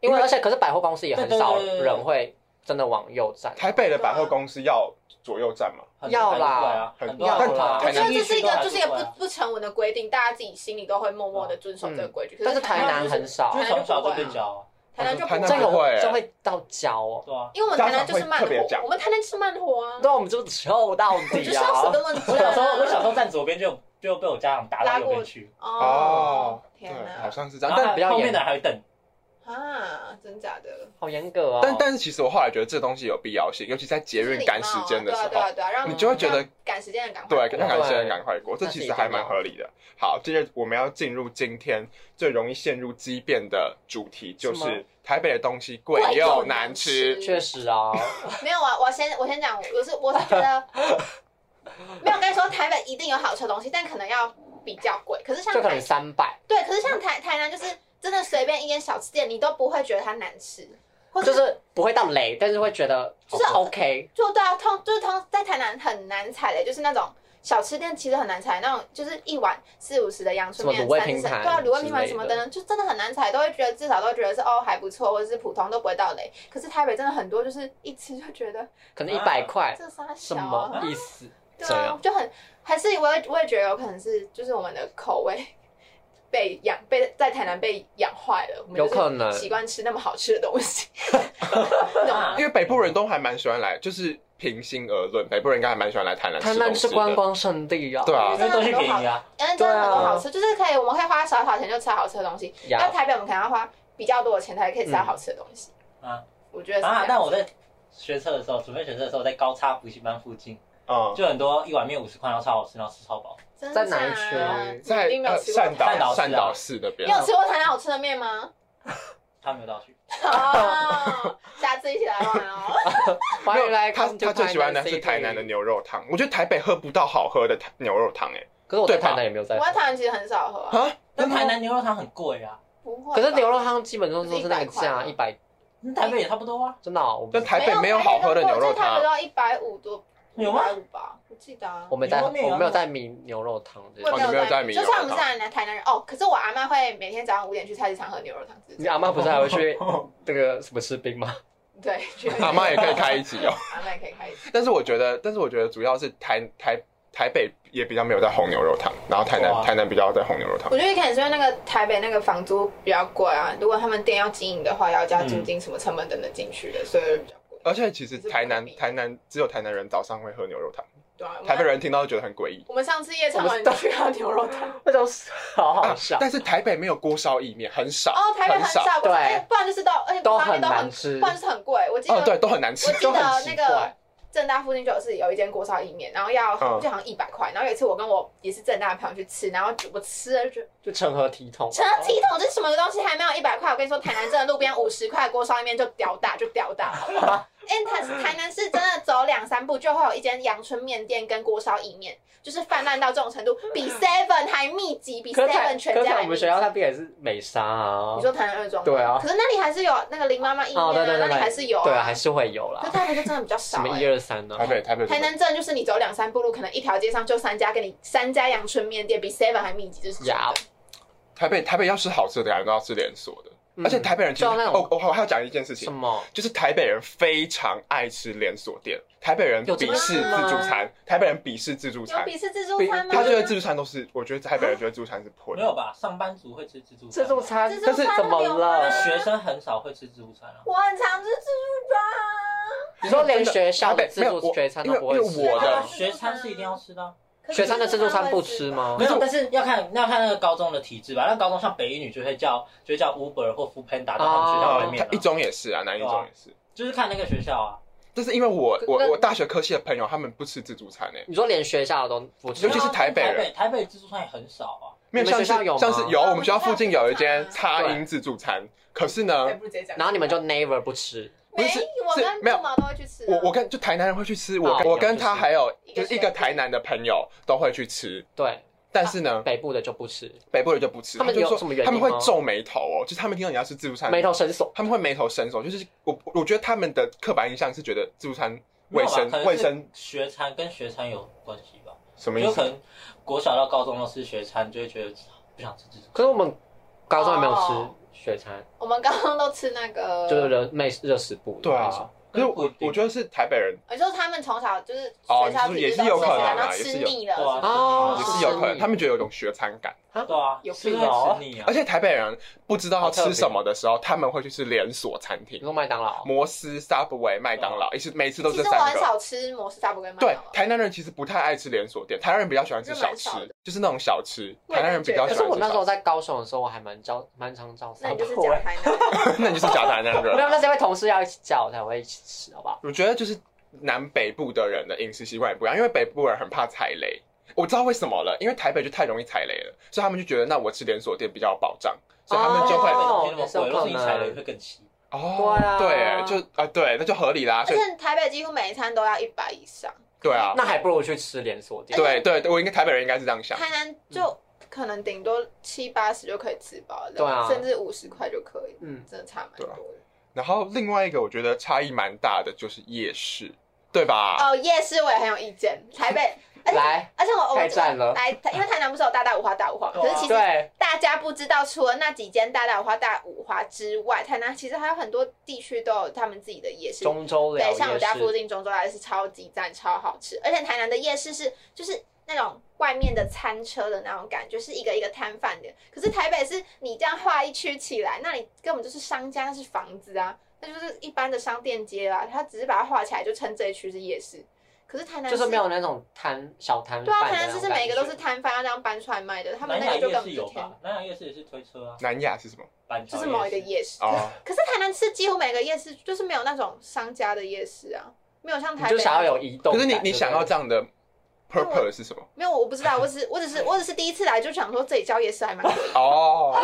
因为而且可是百货公司也很少对对对对人会真的往右站。台北的百货公司要左右站嘛？很多要台啦独过来啊很很多要台独过来啊我台觉南得这是一个就是一个啊台南不不成文的规定，大家自己心里都会默默的遵守这个规矩。可嗯但是台南就是很少就，是从小就被教啊，台南就不台南这不个会，我会真会到焦哦。对啊，因为我们台南就是慢活，我们台南是慢活啊，那我们就臭到我就是底要什啊！么我小时候我小时候站左边就就被我家长打到右边去，哦，对天，好哪像是这然样。后但不要演还后面的人还会瞪，啊，真假的？好严格哦。但但是其实我后来觉得这东西有必要性，尤其在捷运赶时间的对啊时对候，啊对啊，让你就会觉得赶时间的赶快对，过让赶时间对赶快过，这那是其一实定还蛮要合理的。好，接着我们要进入今天最容易陷入激辩的主题，就什么是台北的东西贵贵又又难难吃吃。确实啊，没有啊，我先我先讲，我是我是觉得 没有跟你说台北一定有好吃的东西，但可能要比较贵。可是像就可台能三百，对，可是像台台南就是真的随便一间小吃店，你都不会觉得它难吃，或就是是不会到雷，但是会觉得哦就是 OK。就对啊，通就是通在台南很难踩雷，就是那种。小吃店其实很难踩，那种就是一碗四五十的阳春什面，么卤味三拼十对盘啊，卤味拼之类盘的什么的，就真的很难踩，都会觉得至少都会觉得是哦还不错，或者是普通都不会到雷。可是台北真的很多，就是一吃就觉得可能一百块，这啥哎什小、啊、么意思？对这啊样，就很还是我也我也觉得有可能是就是我们的口味 被养被在台南被养坏了，我们有可就是能习惯吃那么好吃的东 西， 懂吗？因为北部人都还蛮喜欢来，就是平心而论，北部人应该还蛮喜欢来台南台吃东西的。南是观光胜地啊。对啊因为东西便宜啊，因为真的很多好吃，就是可以我们可以花少少钱就吃好吃的东西。呀那台北我们可能要花比较多的钱才可以吃到好吃的东西。嗯啊我觉得是这啊样，但我在学车的时候，准备学车的时候，在高差补习班附近，嗯，就很多一碗面五十块，然后超好吃，然后吃超饱。真啊在哪一区假啊你在一定没有呃吃过善台南岛导善善导导市那边啊你。有吃过台南好吃的面吗？他没有到去， 哦，下次一起来玩哦。欢迎来他看。他最喜欢的是台南的，牛肉汤，我觉得台北喝不到好喝的台牛肉汤哎、可是我在对吧台南也没有在我。在台南其实很少喝啊、欸，啊，但台南牛肉汤很贵啊，不会吧。可是牛肉汤基本上都是那个价，就是一100百，嗯台北也差不多啊。真的啊，我但台北没有好喝的牛肉台汤北，到一百五多，有吗一百五吧，我记得啊我。没在，牛肉面有我没有在迷牛肉汤这我也件事。哦你没有在米就牛像我肉们是汤，台南台南人哦，可是我阿妈会每天早上五点去菜市场喝牛肉汤自己你阿妈不是还会 去那个什么吃冰吗？ 对，去阿妈也可以开一集哦。阿妈也可以开一次。但是我觉得，但是我觉得主要是台台台北也比较没有在红牛肉汤，然后台南哇台南比较在红牛肉汤我。觉得可能是因为那个台北那个房租比较贵啊，如果他们店要经营的话，要加嗯租金什么成本等等进去的，所以比较贵。而且其实台南是不是台南只有台南人早上会喝牛肉汤，对啊，我们台北人听到就觉得很诡异。我们上次夜场完就去喝牛肉汤。那种好好笑啊，但是台北没有锅烧意面，很少哦，台北很少。少，对哎不然就是到，而且都不然很都难很，吃不。然就是很贵。我记嗯，得对，都很难吃我，记就很得奇那怪个。正大附近就是有一间锅烧意面，然后要、嗯就好像一百块。然后有一次我跟我也是正大的朋友去吃，然后我吃了就觉得，就成何体统？成了体统这是什么东西还没有一百块？我跟你说，台南真的路边五十块锅烧意面就屌打就屌打， 好不好因为台台南是真的走两三步就会有一间阳春面店跟锅烧意面，就是泛滥到这种程度，比 Seven 还密集，比可是台 Seven 全可是家台还我密们集学。校那边也是美沙啊你。说台南二中吗对啊可是那里还是有那个林妈妈意面哦，啊，对对那对里对，还是有对啊，还是会有啦可是。台南就真的比较什少么哎一二三啊呢？台北台北台南镇就是你走两三步路，可能一条街上就三家，跟你三家阳春面店比 Seven 还密集，就是真的呀台北台北要吃好吃的，感觉都要吃连锁的。嗯而且台北人其实就那种哦，我还要讲一件事什情，么？就是台北人非常爱吃连锁店，台北人有这鄙个视事吗自助餐，台北人鄙视自助有餐，鄙视自助比餐吗？他觉得自助餐都是，我觉得台北人觉得自助餐是破没有的。吧？上班族会吃自助餐自吧，助餐，自助但餐是怎么但了没？有啊学生很少会吃自助餐啊。我很常吃自助餐啊，你说连真的学校的台北自助没有我学餐都不会因为吃因为我吗的啊学餐是一定要吃的啊，可是学生的自助餐不吃吗？没哦有，但是要看要看那个高中的体制吧。那高中像北一女就会叫就会叫 Uber 或 f o o Panda 到他们学校外啊哦，面他啊，一中也是啊，南一中也是。就是看那个学校啊。但是因为我那我我大学科系的朋友，他们不吃自助餐诶，欸你说连学校的都不吃尤其是台北啊台人北台北自助餐也很少啊。没有你们像学是校有吗像是有，我哦们学校附近有一间对擦音自助餐，可是呢还，不如直接讲然后你们就 never 不吃，不没是我是跟没有兔毛都会去吃啊。我我跟就台南人会去吃，我哦跟我跟有他就是还有一个就是一学个弟台南的朋友都会去吃，对，但是呢，北部的就不吃，北部人就不吃，他们就有说什么原因他们会吗皱眉头哦，就是他们听到你要吃自助餐，眉头深锁。他们会眉头深锁，就是我我觉得他们的刻板印象是觉得自助餐没卫有吧生可能是卫生学餐跟学餐有关系吧？什么意就可思？啊能国小到高中都是学餐，就会觉得不想吃自助餐。可是我们高中也没有哦吃学餐，我们刚刚都吃那个，就是热美热食部。对啊，可是不一我定我觉得是台北人也呃就是他们从小就是哦学校体也制是有都是可这能啊样然后也是吃有腻了，对啊哦，也哦是有可能，他们们觉得有一种学餐感，对啊，有吃病哦吃腻啊而。且台北人不知道要好特吃别什么的时候，他们会去吃连锁餐你厅，说麦当劳，摩斯、Subway、麦当劳，一次每次都其这实我三很个。少吃摩斯大伯跟麦当对劳，台南人其实不太爱吃连锁店，台南人比较喜欢吃小吃就蛮少的，就是那种小吃。我也台南人比较可喜是欢我吃那时候小吃。在高雄的时候，我还蛮招蛮常招那三你啊就是宝假台南。 那你就是假台南没人。有，那是因为同事要一起叫，我才会一起吃，好不好？我觉得就是南北部的人的饮食习惯也不一样，因为北部人很怕踩雷。我知道为什么了，因为台北就太容易踩雷了，所以他们就觉得那我吃连锁店比较有保障，所以他们就会哦没那么啊贵，如果是你踩雷会更气。哦对啊对，就啊、对，那就合理啦。而所以且台北几乎每一餐都要一百以上，对啊，那还不如去吃连锁店。对对，对我应该台北人应该是这样想。台南就可能顶多七八十就可以吃饱了，对啊甚至五十块就可以，嗯，真的差蛮多啊的。然后另外一个我觉得差异蛮大的就是夜市，对吧？哦，夜市我也很有意见，台北， 而且来，而且我我太赞了来，因为台南不是有大大五花大五花嘛，对可啊是其实对，大家不知道，除了那几间大大五花大五花之外，台南其实还有很多地区都有他们自己的夜市。中州寮对，像我夜家附市，近中州来是超级赞，超好吃，而且台南的夜市是就是那种外面的餐车的那种感觉，是一个一个摊贩的。可是台北是你这样画一区起来，那你根本就是商家，那是房子啊，那就是一般的商店街啊，它只是把它画起来就称这一区是夜市。可是台南就是是没有那种摊小摊对啊，贩台的那种感觉。南市是每个都是摊贩要这样搬出来卖的，他们南那个雅就夜根市本有就天吧，？南雅夜市也是推车啊，南亚是什么？板桥就是夜某一个市夜市。 哦，可是台南市几乎每个夜市就是没有那种商家的夜市啊，没有像你台北就那想要种有移动可感。是你对你不想对要这样的 purpose 是什么？没有，我不知道，我只是我只是我只是第一次来就想说这里叫夜市还蛮可以，哦，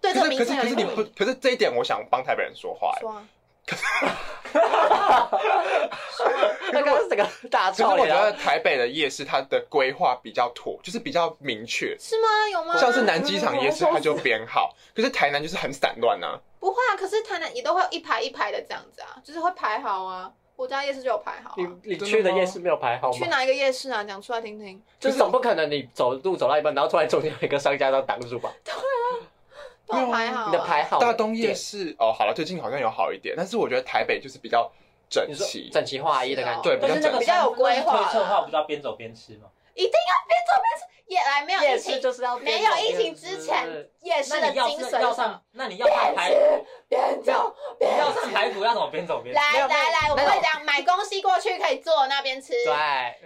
对可这个是名可称是有可是你点不不，可是这一点我想帮台北人说话。哎说啊， 那刚刚整个大可是吵我觉聊 得台北的夜市它的规划比较妥，就是比较明确，是吗？有吗？像是南机场夜市它就编号，可是台南就是很散乱啊。不会啊，可是台南也都会有一排一排的这样子啊，就是会排好啊。我家夜市就有排好、啊。你你真的去的吗夜市没有排好吗去？哪一个夜市啊？讲出来听听。就是总不可能你走路走到一半，然后突然中间有一个商家要挡住吧？都有排好、啊。你的排好大东夜店，市哦，好了，最近好像有好一点，但是我觉得台北就是比较整你说齐。整齐划一的哦感觉，对比较但是那个比较有规划啦推车的话，不就要边走边吃吗？夜来没有夜疫市情，就是要没边走有边疫情吃之前， 夜市那的你要精是髓要是什么上，那你要上 排骨，边走边要上排骨要怎么边走边吃？没有来来来，我没们有会讲买东西过去可以坐那边吃。对，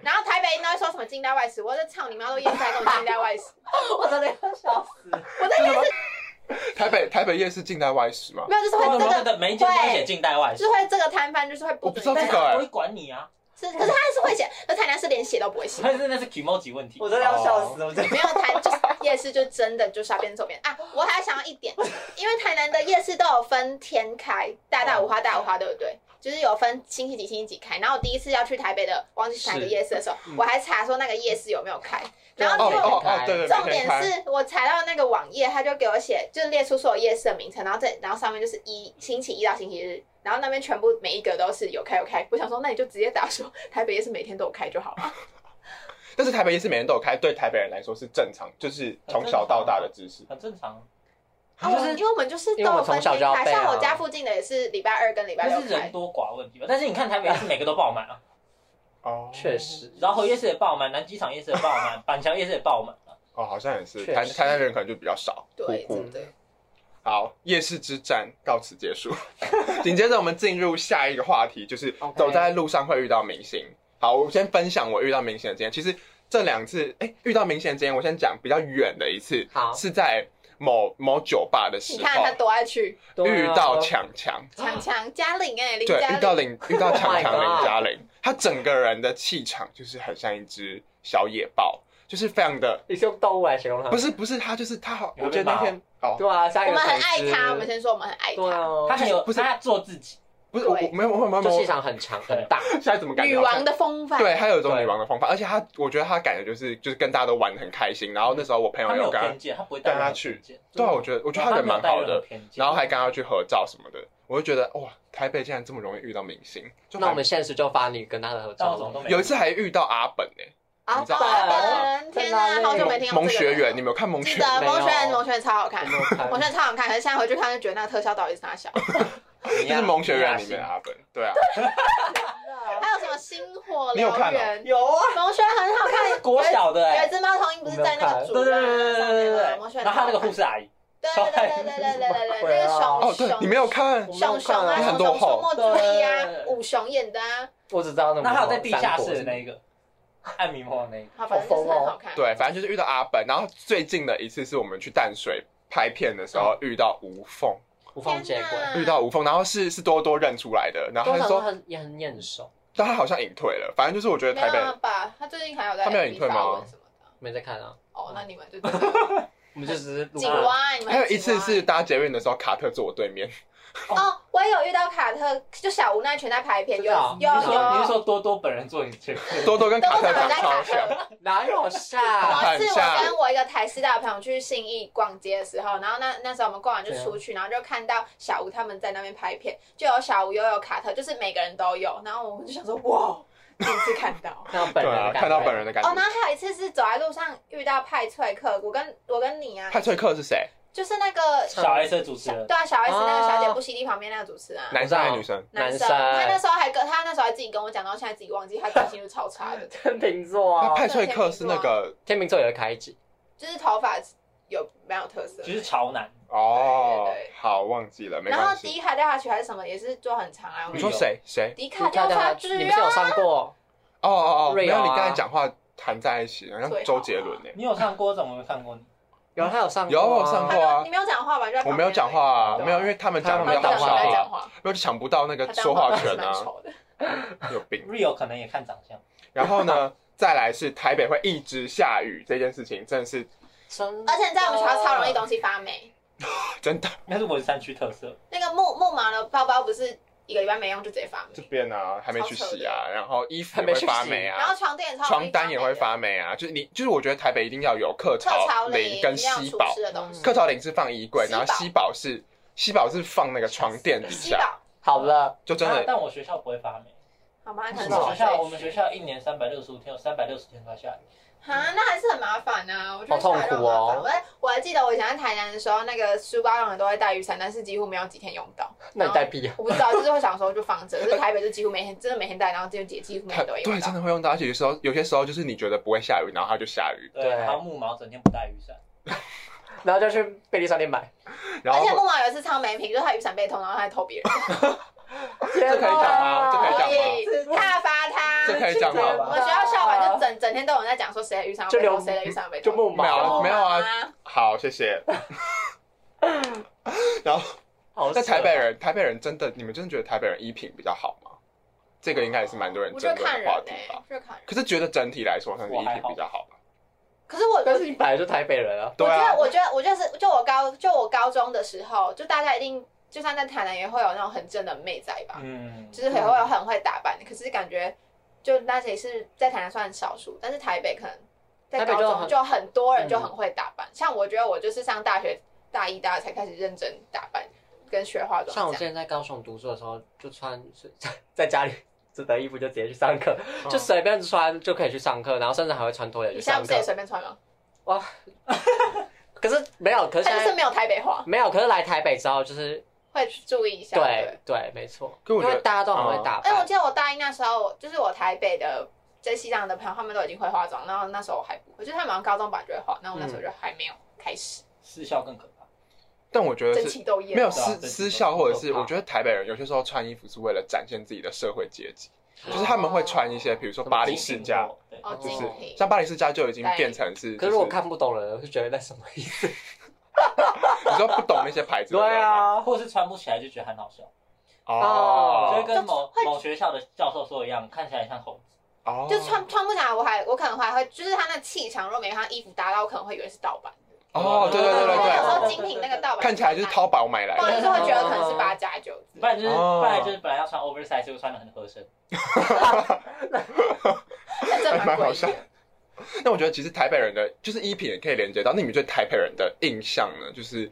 然后台北应该说什么近代外食，我就操你妈都夜市还跟我近代外食， 我真的要笑死。我在夜市台北台北夜市近代外食吗？没有，就是哦会那这那个，个每一间都会写近代外就食是，会这个摊贩就是会不我不知道准这你个带哎不会管你啊。是，可是他还是会写，而台南是连写都不会写，但是那是 emoji 问题，我真的要笑死，我真的。没有台就是夜市就真的就是要边走边啊。我还想要一点，因为台南的夜市都有分天开，大大五花大五花，对不对？就是有分星期几星期几开。然后我第一次要去台北的，忘记是哪个是夜市的时候，嗯我还查说那个夜市有没有开，对然啊后哦结每果天哦哦，对对，重每天点开是我查到那个网页，他就给我写，就是列出所有夜市的名称，然后这然后上面就是一星期一到星期日，然后那边全部每一个都是有开有开。我想说，那你就直接打说台北夜市每天都有开就好了。但是台哦北夜市每天都有开，对台北人来说是正常，就是从小到大的知识。很正常。啊，我们因为我们就是都因为有我们分从小天就要开，备啊像我家附近的也是礼拜二跟礼拜那六是人开。多寡问题吧。但是你看台北是每个都爆满啊，哦，确实，然后夜市也爆满，南机场夜市也爆满，板桥夜市也爆满啊。哦，好像也是，确台实台南人可能就比较少。对，呼呼真的。好，夜市之战到此结束。 紧接着我们进入下一个话题，就是 OK 走在路上会遇到明星。好，我先分享我遇到明星的经验。其实这两次，哎、遇到明星的经验，我先讲比较远的一次，好是在某某酒吧的时你候，看他多爱去 啊遇到 强强，强强嘉玲哎，林对，嘉遇到玲，林，遇到强强 Oh my god 林嘉玲，他整个人的气场就是很像一只小野豹，就是非常的， 你是用动物来形容他？不，是不是，他就是他好，你我会觉得被那骂天哦，对啊，下一我个们很粉爱丝他，我们先说我们很爱对他，啊，他很有，不是他做自己，不是我我对没有我没有没就有，气场很强很大，现在怎么感觉女好像王的风范。对，他啊有一种对女王的风范，而且他，我觉得他感觉就是就是跟大家都玩得很开心。然后那时候我朋友他没有有跟他偏，见，他不会带带他他去去。对啊，我觉得我我觉得他人蛮好的，，然后还跟刚他去合照什么的，我就觉得哇，台北竟然这么容易遇到明星，就那我蛮们现实就发你跟他的合但照我哦什么都没有一次还遇到阿本呢、啊，你知道本，天哪，好久没听到蒙这个学人园，你们有看蒙记学得园？没有蒙学园，蒙学园超好看，没有看蒙学园超好看，可是现在回去看就觉得那个特效到底是哪小？啊 就是蒙学园里面的阿本，对啊，还有什么星火你有燎看哦原？有啊，蒙学园很好看，国小的有一哎，只猫头鹰不是在那个我主对对对对对对对，蒙学园然后他那个护士阿姨，对对对对对对对啊对，那个熊哦对，你没有看我没有熊熊看啊，啊你熊很多熊出后没注意啊对，五熊演的啊，我只知道那那么还多有在地下室的三国那一个， 暗迷梦的那一个，好，反正就是哦很好看。对，反正就是遇到阿本。然后最近的一次是我们去淡水拍片的时候遇到吴凤，无缝接轨天，哪遇到吴凤，然后是是多多认出来的，然后多他少就说都很也很眼熟，但他好像隐退了，反正就是我觉得没台有啊北吧？他最近还有在他没有 FB 隐退吗发文什么的。没在看啊，哦，那你们就 紧我们就只是啊路过啊挖，你们还有一次很紧是搭捷运的时候，卡特坐我对 面，挖哦，我也有遇到卡特，就小无奈全在拍片，真有的啊有你是说你是有。说多多本人做你 这个？多多跟都卡特是我长在超卡像。特。 哪有 下？某一次啊我跟我一个台师大的朋友去信义逛街的时候，然后那那时候我们逛完就出去，然后就看到小吴他们在那边拍片，就有小吴，又有卡特，就是每个人都有。然后我们就想说，哇，第一次看到。看到本对人啊，的感觉，看到本人的感哦，觉然。后还有一次是走在路上遇到派翠克，我跟我跟你啊，派翠克是谁？就是那个小 S 的主持小人，对啊，小 S 那个小姐哦不犀利旁边那个主持人啊，男生还是女生？男生，生他那时候还跟他那时候还自己跟我讲，到现在自己忘记，他记性就超差的，天秤座那哦啊，派翠克是那个天秤座也会开机，就是头发有没有特色就。是潮男，哦对对对，好忘记了，没然后关迪系。卡掉下去还是什么，也是做很长啊。你说谁谁？迪卡你掉看到他下你去不是啊？有上过？哦哦哦，没瑞有，欧啊你刚才讲话谈在一起，好像最好啊周杰伦呢。你有上郭总，我没看过你。有他有上过啊，有我有上他过啊没有你没有讲话吧？就在旁我边没有讲话啊，对啊没有，因为他们讲他话们比较他好讲讲话笑话，在比较话讲，话，没有就抢不到那他个讲说话还是权蛮啊，丑的。有病。 Rio 可能也看长相，然后呢，再来是台北会一直下雨这件事情，真的是真的，而且在我们学校超容易东西发霉，啊真的。那是文山区特色。那个木木马的包包不是一个礼拜没用就直接发这霉，边啊还没去洗啊，然后衣服还也没会去洗发霉然后啊，床垫也超容易床单也会发霉啊，就是你就是我觉得台北一定要有客霉，特槽潮领领跟要吸除宝，湿的东西，客槽领是放衣柜，吸然宝后吸宝是吸宝是放那个床垫底吸下，宝好了，就真但的但我学校不会发霉，好吗？可很能我是少们学校啊我们学校一年三百六十五天，有三百六十天都在下雨。啊，那还是很麻烦呢、我觉得好痛苦下哦来就很麻烦我还我还记得我以前在台南的时候，那个书包用的都会带雨伞，但是几乎没有几天用到。那你带屁啊？我不知道，就是会想说就放着。可是台北就几乎每天真的每天带，然后这姐几乎每它天都会用对到真。的会用到，而且有时候有些时候就是你觉得不会下雨，然后它就下雨，对，对然后木毛整天不带雨伞，然后就去便利商店买，然而且后木马有一次超没品，就是他雨伞被偷，然后他还偷别人，这可以讲吗这可以讲吗所以挞伐他这。可以讲这个吗？我们学校校晚就整整天都有人在讲说谁的雨伞就被偷，留谁的雨伞被偷，就木没马有啊木马没有啊。好，谢谢。然后好在台北人，台北人真的，你们真的觉得台北人衣品比较好吗？这个应该也是蛮多人我争就论看的人话题哎、吧。就看人。可是觉得整体来说，算是衣我还品比较好吧。可是我但是你本来就台北人啊，对啊，我觉得，我觉得，我就是，就我高，就我高中的时候，就大家一定，就算在台南也会有那种很正的妹仔吧，嗯，就是很会有很会打扮的。可是感觉，就那些是在台南算少数，但是台北可能在台北高就中很就很多人就嗯很会打扮。像我觉得我就是上大学大一、大二才开始认真打扮跟学化妆这像样，我之前在高雄读书的时候，就穿 在家里只的衣服就直接去上课，就随便穿就可以去上课，然后甚至还会穿拖嗯鞋你去现在上不课是也。随便穿吗？可是没有，可是他现就是在没有台北话，没有，可是来台北之后就是会注意一下。对对，没错，可因我觉得嗯为大家都很会打哎，我扮，记得我大一那时候，就是我台北的在西藏的朋友，他们都已经会化妆，然后那时候我还不会，就是他们好像高中版就会化，然后我那时嗯候就还没有开始，私校更可怕。但我觉得争是奇斗艳。没有对啊私对私校，或者是很可怕我觉得台北人有些时候穿衣服是为了展现自己的社会阶级，就是他们会穿一些，比如说巴黎世家，，对，哦，精品。像巴黎世家就已经变成是，可就是是我看不懂了，我就觉得那什么意思？你说不懂那些牌子，对，啊，或者是穿不起来就觉得很好笑，哦就会哦跟某会某学校的教授说一样，看起来像猴子。哦，就穿穿不起来，我还我可能还会，就是他那气场，如果没他衣服搭到，我可能会以为是盗版。哦，对对对对因为有时对，候精品那个盗版看起来就是偷，淘宝买来不然的，就是会觉得可能是八加九。不然就是，哦不然就是本来要穿 oversize，就穿的很合身。 那哎这蛮蛮好诡笑异的。那我觉得其实台北人的就是衣品也可以连接到，那你们对台北人的印象呢？就是，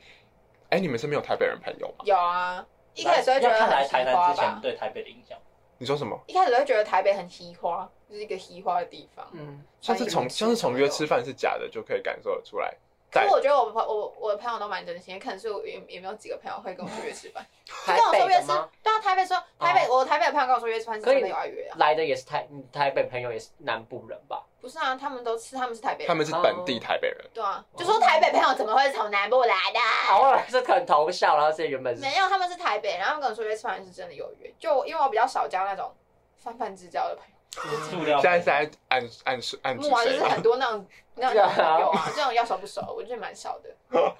哎，你们身边有台北人朋友吗？有啊，一开始会觉要得看很来台西南花之前吧，对台北的影响。你说什么？一开始会觉得台北很西花，就是一个西花的地方。嗯，像是从像是从约吃饭是假的就可以感受得出来，可在是我觉得我朋我我的朋友都蛮真心的，可能是我也也没有几个朋友会跟我说约吃饭。就 台跟我说北约的吃吗？，哦对啊，台北说台北，我台北的朋友跟我说约吃饭是可以真的有要约啊。来的也是台你台北朋友也是南部人吧？不是啊，他们都是他们是台北人，他们是本地台北人。对啊，就说台北朋友怎么会从南部来的？偶尔啊是肯投笑，然后这原本是没有，他们是台北人，然后跟我说约吃饭是真的有约，就因为我比较少交那种泛泛之交的朋友，塑料现在是在暗暗示暗指木啊就谁是吗？很多那种那种朋友啊，这种要熟不熟，我觉得蛮少的。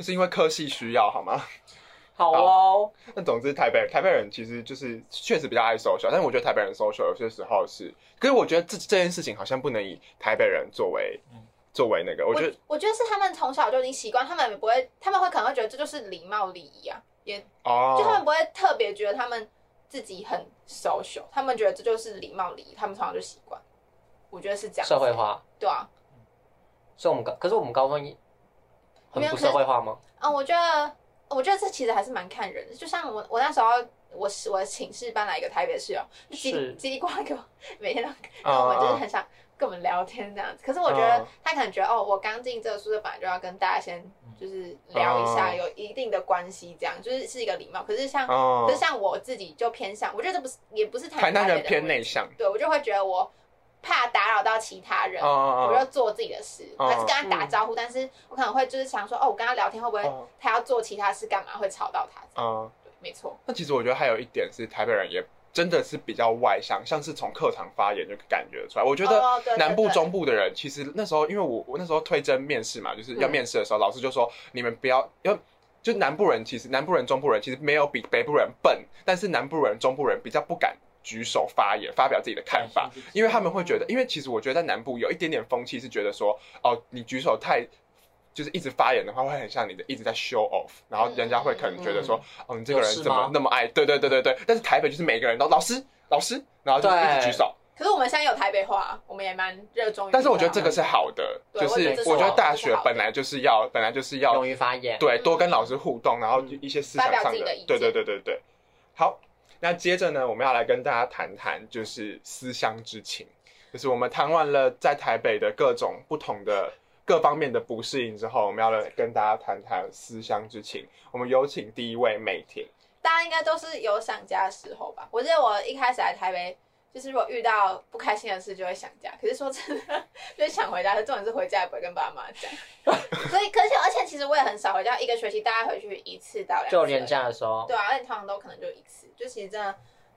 是因为科系需要好吗？好哦，那总之，台北台北人其实就是确实比较爱 social，但我觉得台北人 social 有些时候是，可是我觉得这这件事情好像不能以台北人作为嗯作为那个，我觉得我觉得是他们从小就已经习惯，他们也不会，他们会可能会觉得这就是礼貌礼仪啊，也就他哦们，不会特别觉得他们自己很 social，他们觉得这就是礼貌礼仪，他们从小就习惯。我觉得是这样子社会化。对啊，所以我们高，可是我们高中很没有可不是社会化吗？嗯，我觉得，我觉得这其实还是蛮看人的。就像我，我那时候我是我寝室搬来一个台北室友，叽是叽里呱啦给我，每天都啊跟我们就是啊很想跟我们聊天这样子。可是我觉得他可能觉得，哦，我刚进这个宿舍，本来就要跟大家先就是聊一下，嗯有一定的关系，这样就是是一个礼貌。可是像，哦可是像我自己就偏向，我觉得这不是也不是台南北人的偏问题内，向，对我就会觉得我怕打扰到其他人，哦我哦就做自己的事，嗯还是跟他打招呼，但是我可能会就是想说，哦，我跟他聊天会不会嗯他要做其他事干嘛，会吵到他？哦哦，对，没错，那其实我觉得还有一点是台北人也真的是比较外向，像是从课堂发言就感觉得出来，我觉得。哦对南部、对对中部的人，其实那时候因为我我那时候推甄面试嘛，就是要嗯面试的时候，老师就说你们不要，因为就南部人其实南部人、中部人其实没有比北部人笨，但是南部人、中部人比较不敢举手发言，发表自己的看法，，因为他们会觉得，因为其实我觉得在南部有一点点风气是觉得说，哦，你举手太。就是一直发言的话，会很像你的一直在 show off，然后人家会可能觉得说，哦，你这个有人事怎么吗那么爱？对对对对对。但是台北就是每个人都老师老师，然后就对一直举手，可是我们现在有台北话，我们也蛮热衷于。但是我觉得这个是好的，对就我是也觉得我觉这得是大好学本来就是要本来就是要勇于发言，对嗯多跟老师互动，然后嗯一些思想发表上自己的意见对对对对对。好，那接着呢，我们要来跟大家谈谈就是思乡之情，就是我们谈完了在台北的各种不同的。各方面的不适应之后，我们要来跟大家谈谈思乡之情。我们有请第一位美婷，大家应该都是有想家的时候吧？我记得我一开始来台北，就是如果遇到不开心的事就会想家，可是说真的， 就是想回家，重点是回家也不会跟爸妈 讲。所以，可是而且其实我也很少回家，一个学期大概回去一次到两次而已。就廉价的时候，对啊，而且通常都可能就一次，就其实真的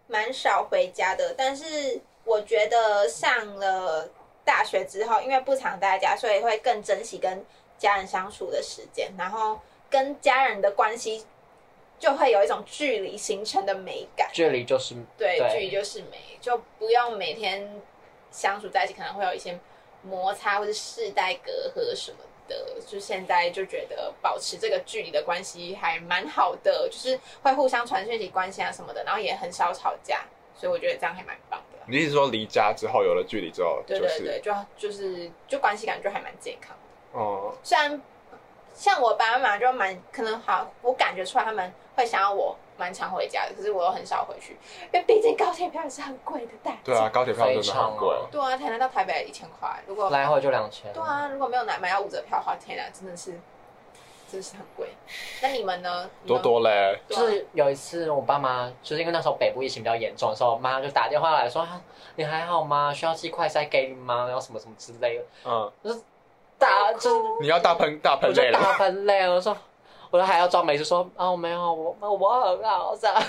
蛮少回家的。但是我觉得上了大学之后，因为不常待在家，所以会更珍惜跟家人相处的时间，然后跟家人的关系就会有一种距离形成的美感。距离就是对，对距离就是美，就不用每天相处在一起，可能会有一些摩擦或者世代隔阂什么的。就现在就觉得保持这个距离的关系还蛮好的，就是会互相传讯息、关心啊什么的，然后也很少吵架，所以我觉得这样还蛮棒的。你意思说离家之后有了距离之后，对就对是对，就就是就关系感觉还蛮健康的。哦、虽然像我爸妈就蛮可能好，我感觉出来他们会想要我蛮常回家的，可是我又很少回去，因为毕竟高铁票也是很贵的代价。对啊，，高铁票真的非常很贵。哦对啊，台南到台北一千块，如果来回就两千。对啊，如果没有买买到五折票的话，天啊，真的是真的是很贵。那你们呢？你多们多嘞，对啊就是有一次，我爸妈就是因为那时候北部疫情比较严重的时候，我妈就打电话来说：“啊你还好吗？需要寄快筛给你吗？然后什么什么之类的。嗯，”啊大就是你要大喷大我喷就泪了，大喷泪，我说，我都还要装没事说啊，我没有，我我很好这样。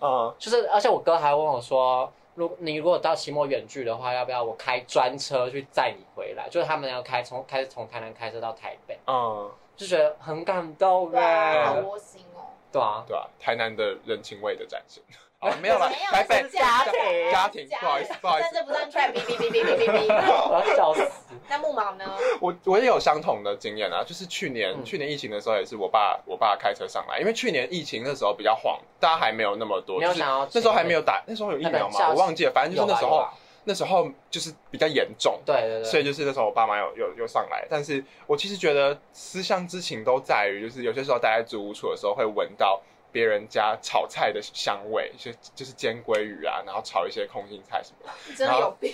嗯，就是而且我哥还问我说，如你如果到期末远距的话，要不要我开专车去载你回来？就是他们要开从开始从台南开车到台北，嗯，就觉得很感动对啊，哎好。窝心哦。对啊，对啊，台南的人情味的展现。啊，没有啦，没有台北是家庭家庭，不好意思，不好意思但，这不算 trap，哔哔哔哔哔 哔。我要笑死。那木毛呢？我我也有相同的经验啊，就是去年、嗯去年疫情的时候，也是我爸我爸开车上来，因为去年疫情那时候比较慌，大家还没有那么多，没有就是想要那时候还没有打，那时候有疫苗那个吗？我忘记了，反正就是那时有候吧那时候就是比较严重，有吧对对所对，以就是那时候我爸妈有有有上来，但是我其实觉得思乡之情都在于，就是有些时候待在租屋处的时候会闻到。别人家炒菜的香味， 就就是煎鲑鱼啊，然后炒一些空心菜什么的，真的有病。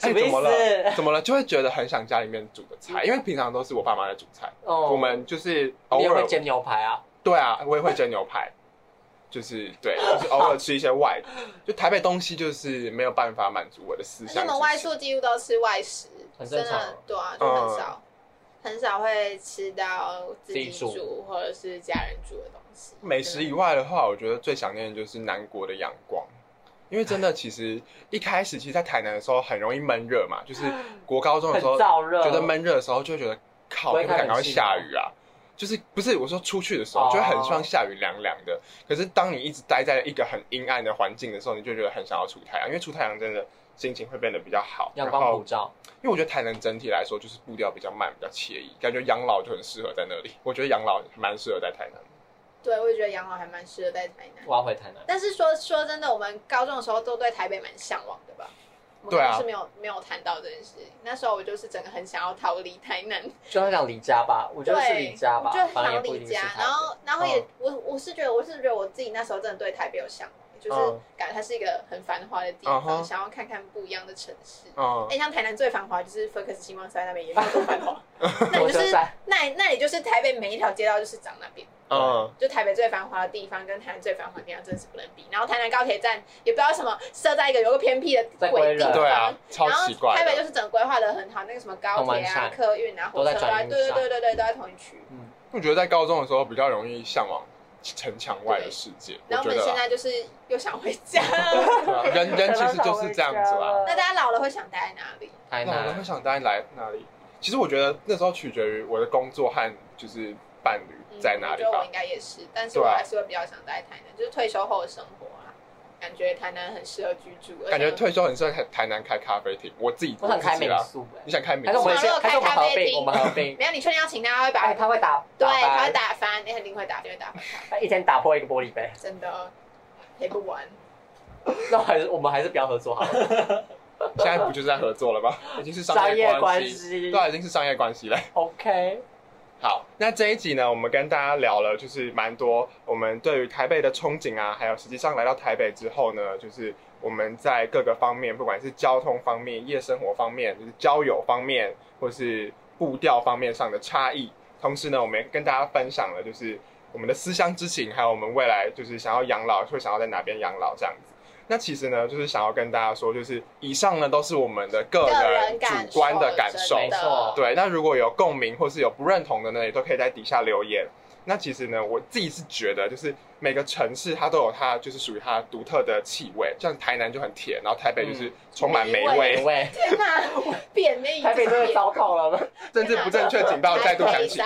什么意哎怎么了？思？怎么了？就会觉得很想家里面煮的菜，因为平常都是我爸妈在煮菜，哦我们就是你偶也尔会煎牛排啊？对啊，我也会煎牛排， 就是对，就是偶尔吃一些外， 就台北东西就是没有办法满足我的思而且想。我们外宿几乎都吃外食，很正真常的对啊，就很嗯少很少会吃到自己自己煮煮或者是家人煮的东西。美食以外的话，我觉得最想念的就是南国的阳光。因为真的，其实一开始其实，在台南的时候很容易闷热嘛，就是国高中的嗯很时候，燥热，觉得闷热的时候，就会觉得靠，不会我不开敢赶冷快气吗下雨啊。就是不是我说出去的时候，哦就会很希望下雨凉凉的。可是当你一直待在一个很阴暗的环境的时候，你就觉得很想要出太阳，因为出太阳真的心情会变得比较好。阳然光后普照。因为我觉得台南整体来说就是步调比较慢，比较惬意，感觉养老就很适合在那里。我觉得养老蛮适合在台南。对，我也觉得养老还蛮适合在台南。我要回台南。但是说说真的，我们高中的时候都对台北蛮向往的吧？我们对啊是没有没有谈到这件事情。那时候我就是整个很想要逃离台南，就想离家吧，我觉得是对离家吧我就，反正也想不一离定是家台。北然后，然后也、嗯我我是觉得，我是觉得我自己那时候真的对台北有向往，就是嗯感觉它是一个很繁华的地方，嗯哼想要看看不一样的城市。嗯哎、，像台南最繁华就是 Focus 星光山那边也没有多繁 华，那火你就车是站那你那你就是台北每一条街道就是长那边，嗯，就台北最繁华的地方跟台南最繁华的地方真的是不能比。然后台南高铁站也不知道为什么设在一个有个偏僻的在鬼归地仁方，对啊，超然后奇怪台北的。就是整个规划的很好，那个什么高同铁安啊、站客运啊、火都车都在转在，运对对上对对对，都在同一区。我觉得在高中的时候比较容易向往城墙外的世界。我然后觉我们得现啦在就是又想回 家。 对啊人人其实就是这样子啦。那大家老了会想待在哪里？台那我都会哦南，想待来哪里？其实我觉得那时候取决于我的工作和就是伴侣在哪里嗯我觉得我吧。应该也是，但是对我啊还是会比较想待台南，就是退休后的生活啊，感觉台南很适合居住。感觉而且退休很适合台台南开咖啡厅，我自己我想开自己民啦。宿哎，你想开民还是我宿？我们们先，要还是我们开咖合啡并，厅我们合 并。没有你确定要请他会把哎，他会打，对，打翻他会，打翻，你肯定会打，一定会打翻，他一天打破一个玻璃杯。真的赔不完。那我还是我们还是不要合作好了，现在不就是在合作了吗？已经是商商业业关关系，系对。啊，已经是商业关系了。 OK，好，那这一集呢，我们跟大家聊了，就是蛮多我们对于台北的憧憬啊，还有实际上来到台北之后呢，就是我们在各个方面，不管是交通方面、夜生活方面，就是交友方面，或是步调方面上的差异。同时呢，我们也跟大家分享了，就是我们的思乡之情，还有我们未来就是想要养老，会想要在哪边养老这样子。那其实呢，就是想要跟大家说，就是以上呢都是我们的个个人人感主观的感受受，，真没错对，那如果有共鸣或是有不认同的呢，也都可以在底下留言。那其实呢，我自己是觉得，就是每个城市它都有它就是属于它独特的气味，像台南就很甜，然后台北就是充满霉霉味。美味，天哪，便利台北真的糟透了吗？政治不正确警报再度响起。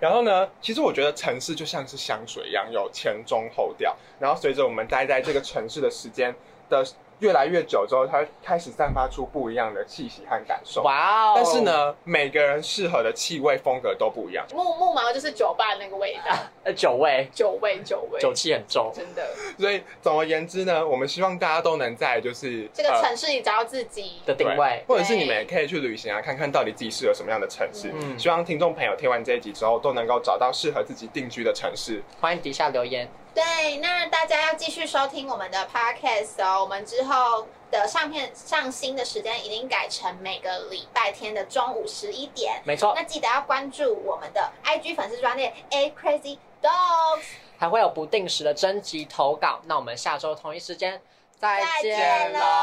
然后呢，其实我觉得城市就像是香水一样，有前中后调。然后随着我们待在这个城市的时间的越来越久之后，它开始散发出不一样的气息和感受。哇哦！但是，呢，每个人适合的气味风格都不一样，木木毛就是酒吧那个味道，呃，酒味酒味酒味，酒气很重，真的，所以总而言之呢，我们希望大家都能在就是这个呃城市里找到自己。的定位，或者是你们也可以去旅行啊，看看到底自己适合什么样的城市。嗯希望听众朋友听完这一集之后，都能够找到适合自己定居的城市。欢迎底下留言。对，那大家要继续收听我们的 podcast 哦。我们之后的上片上新的时间已经改成每个礼拜天的中午十一点。没错那，记得要关注我们的 IG 粉丝专业 A Crazy Dogs。还会有不定时的征集投稿。那我们下周同一时间再再见见喽。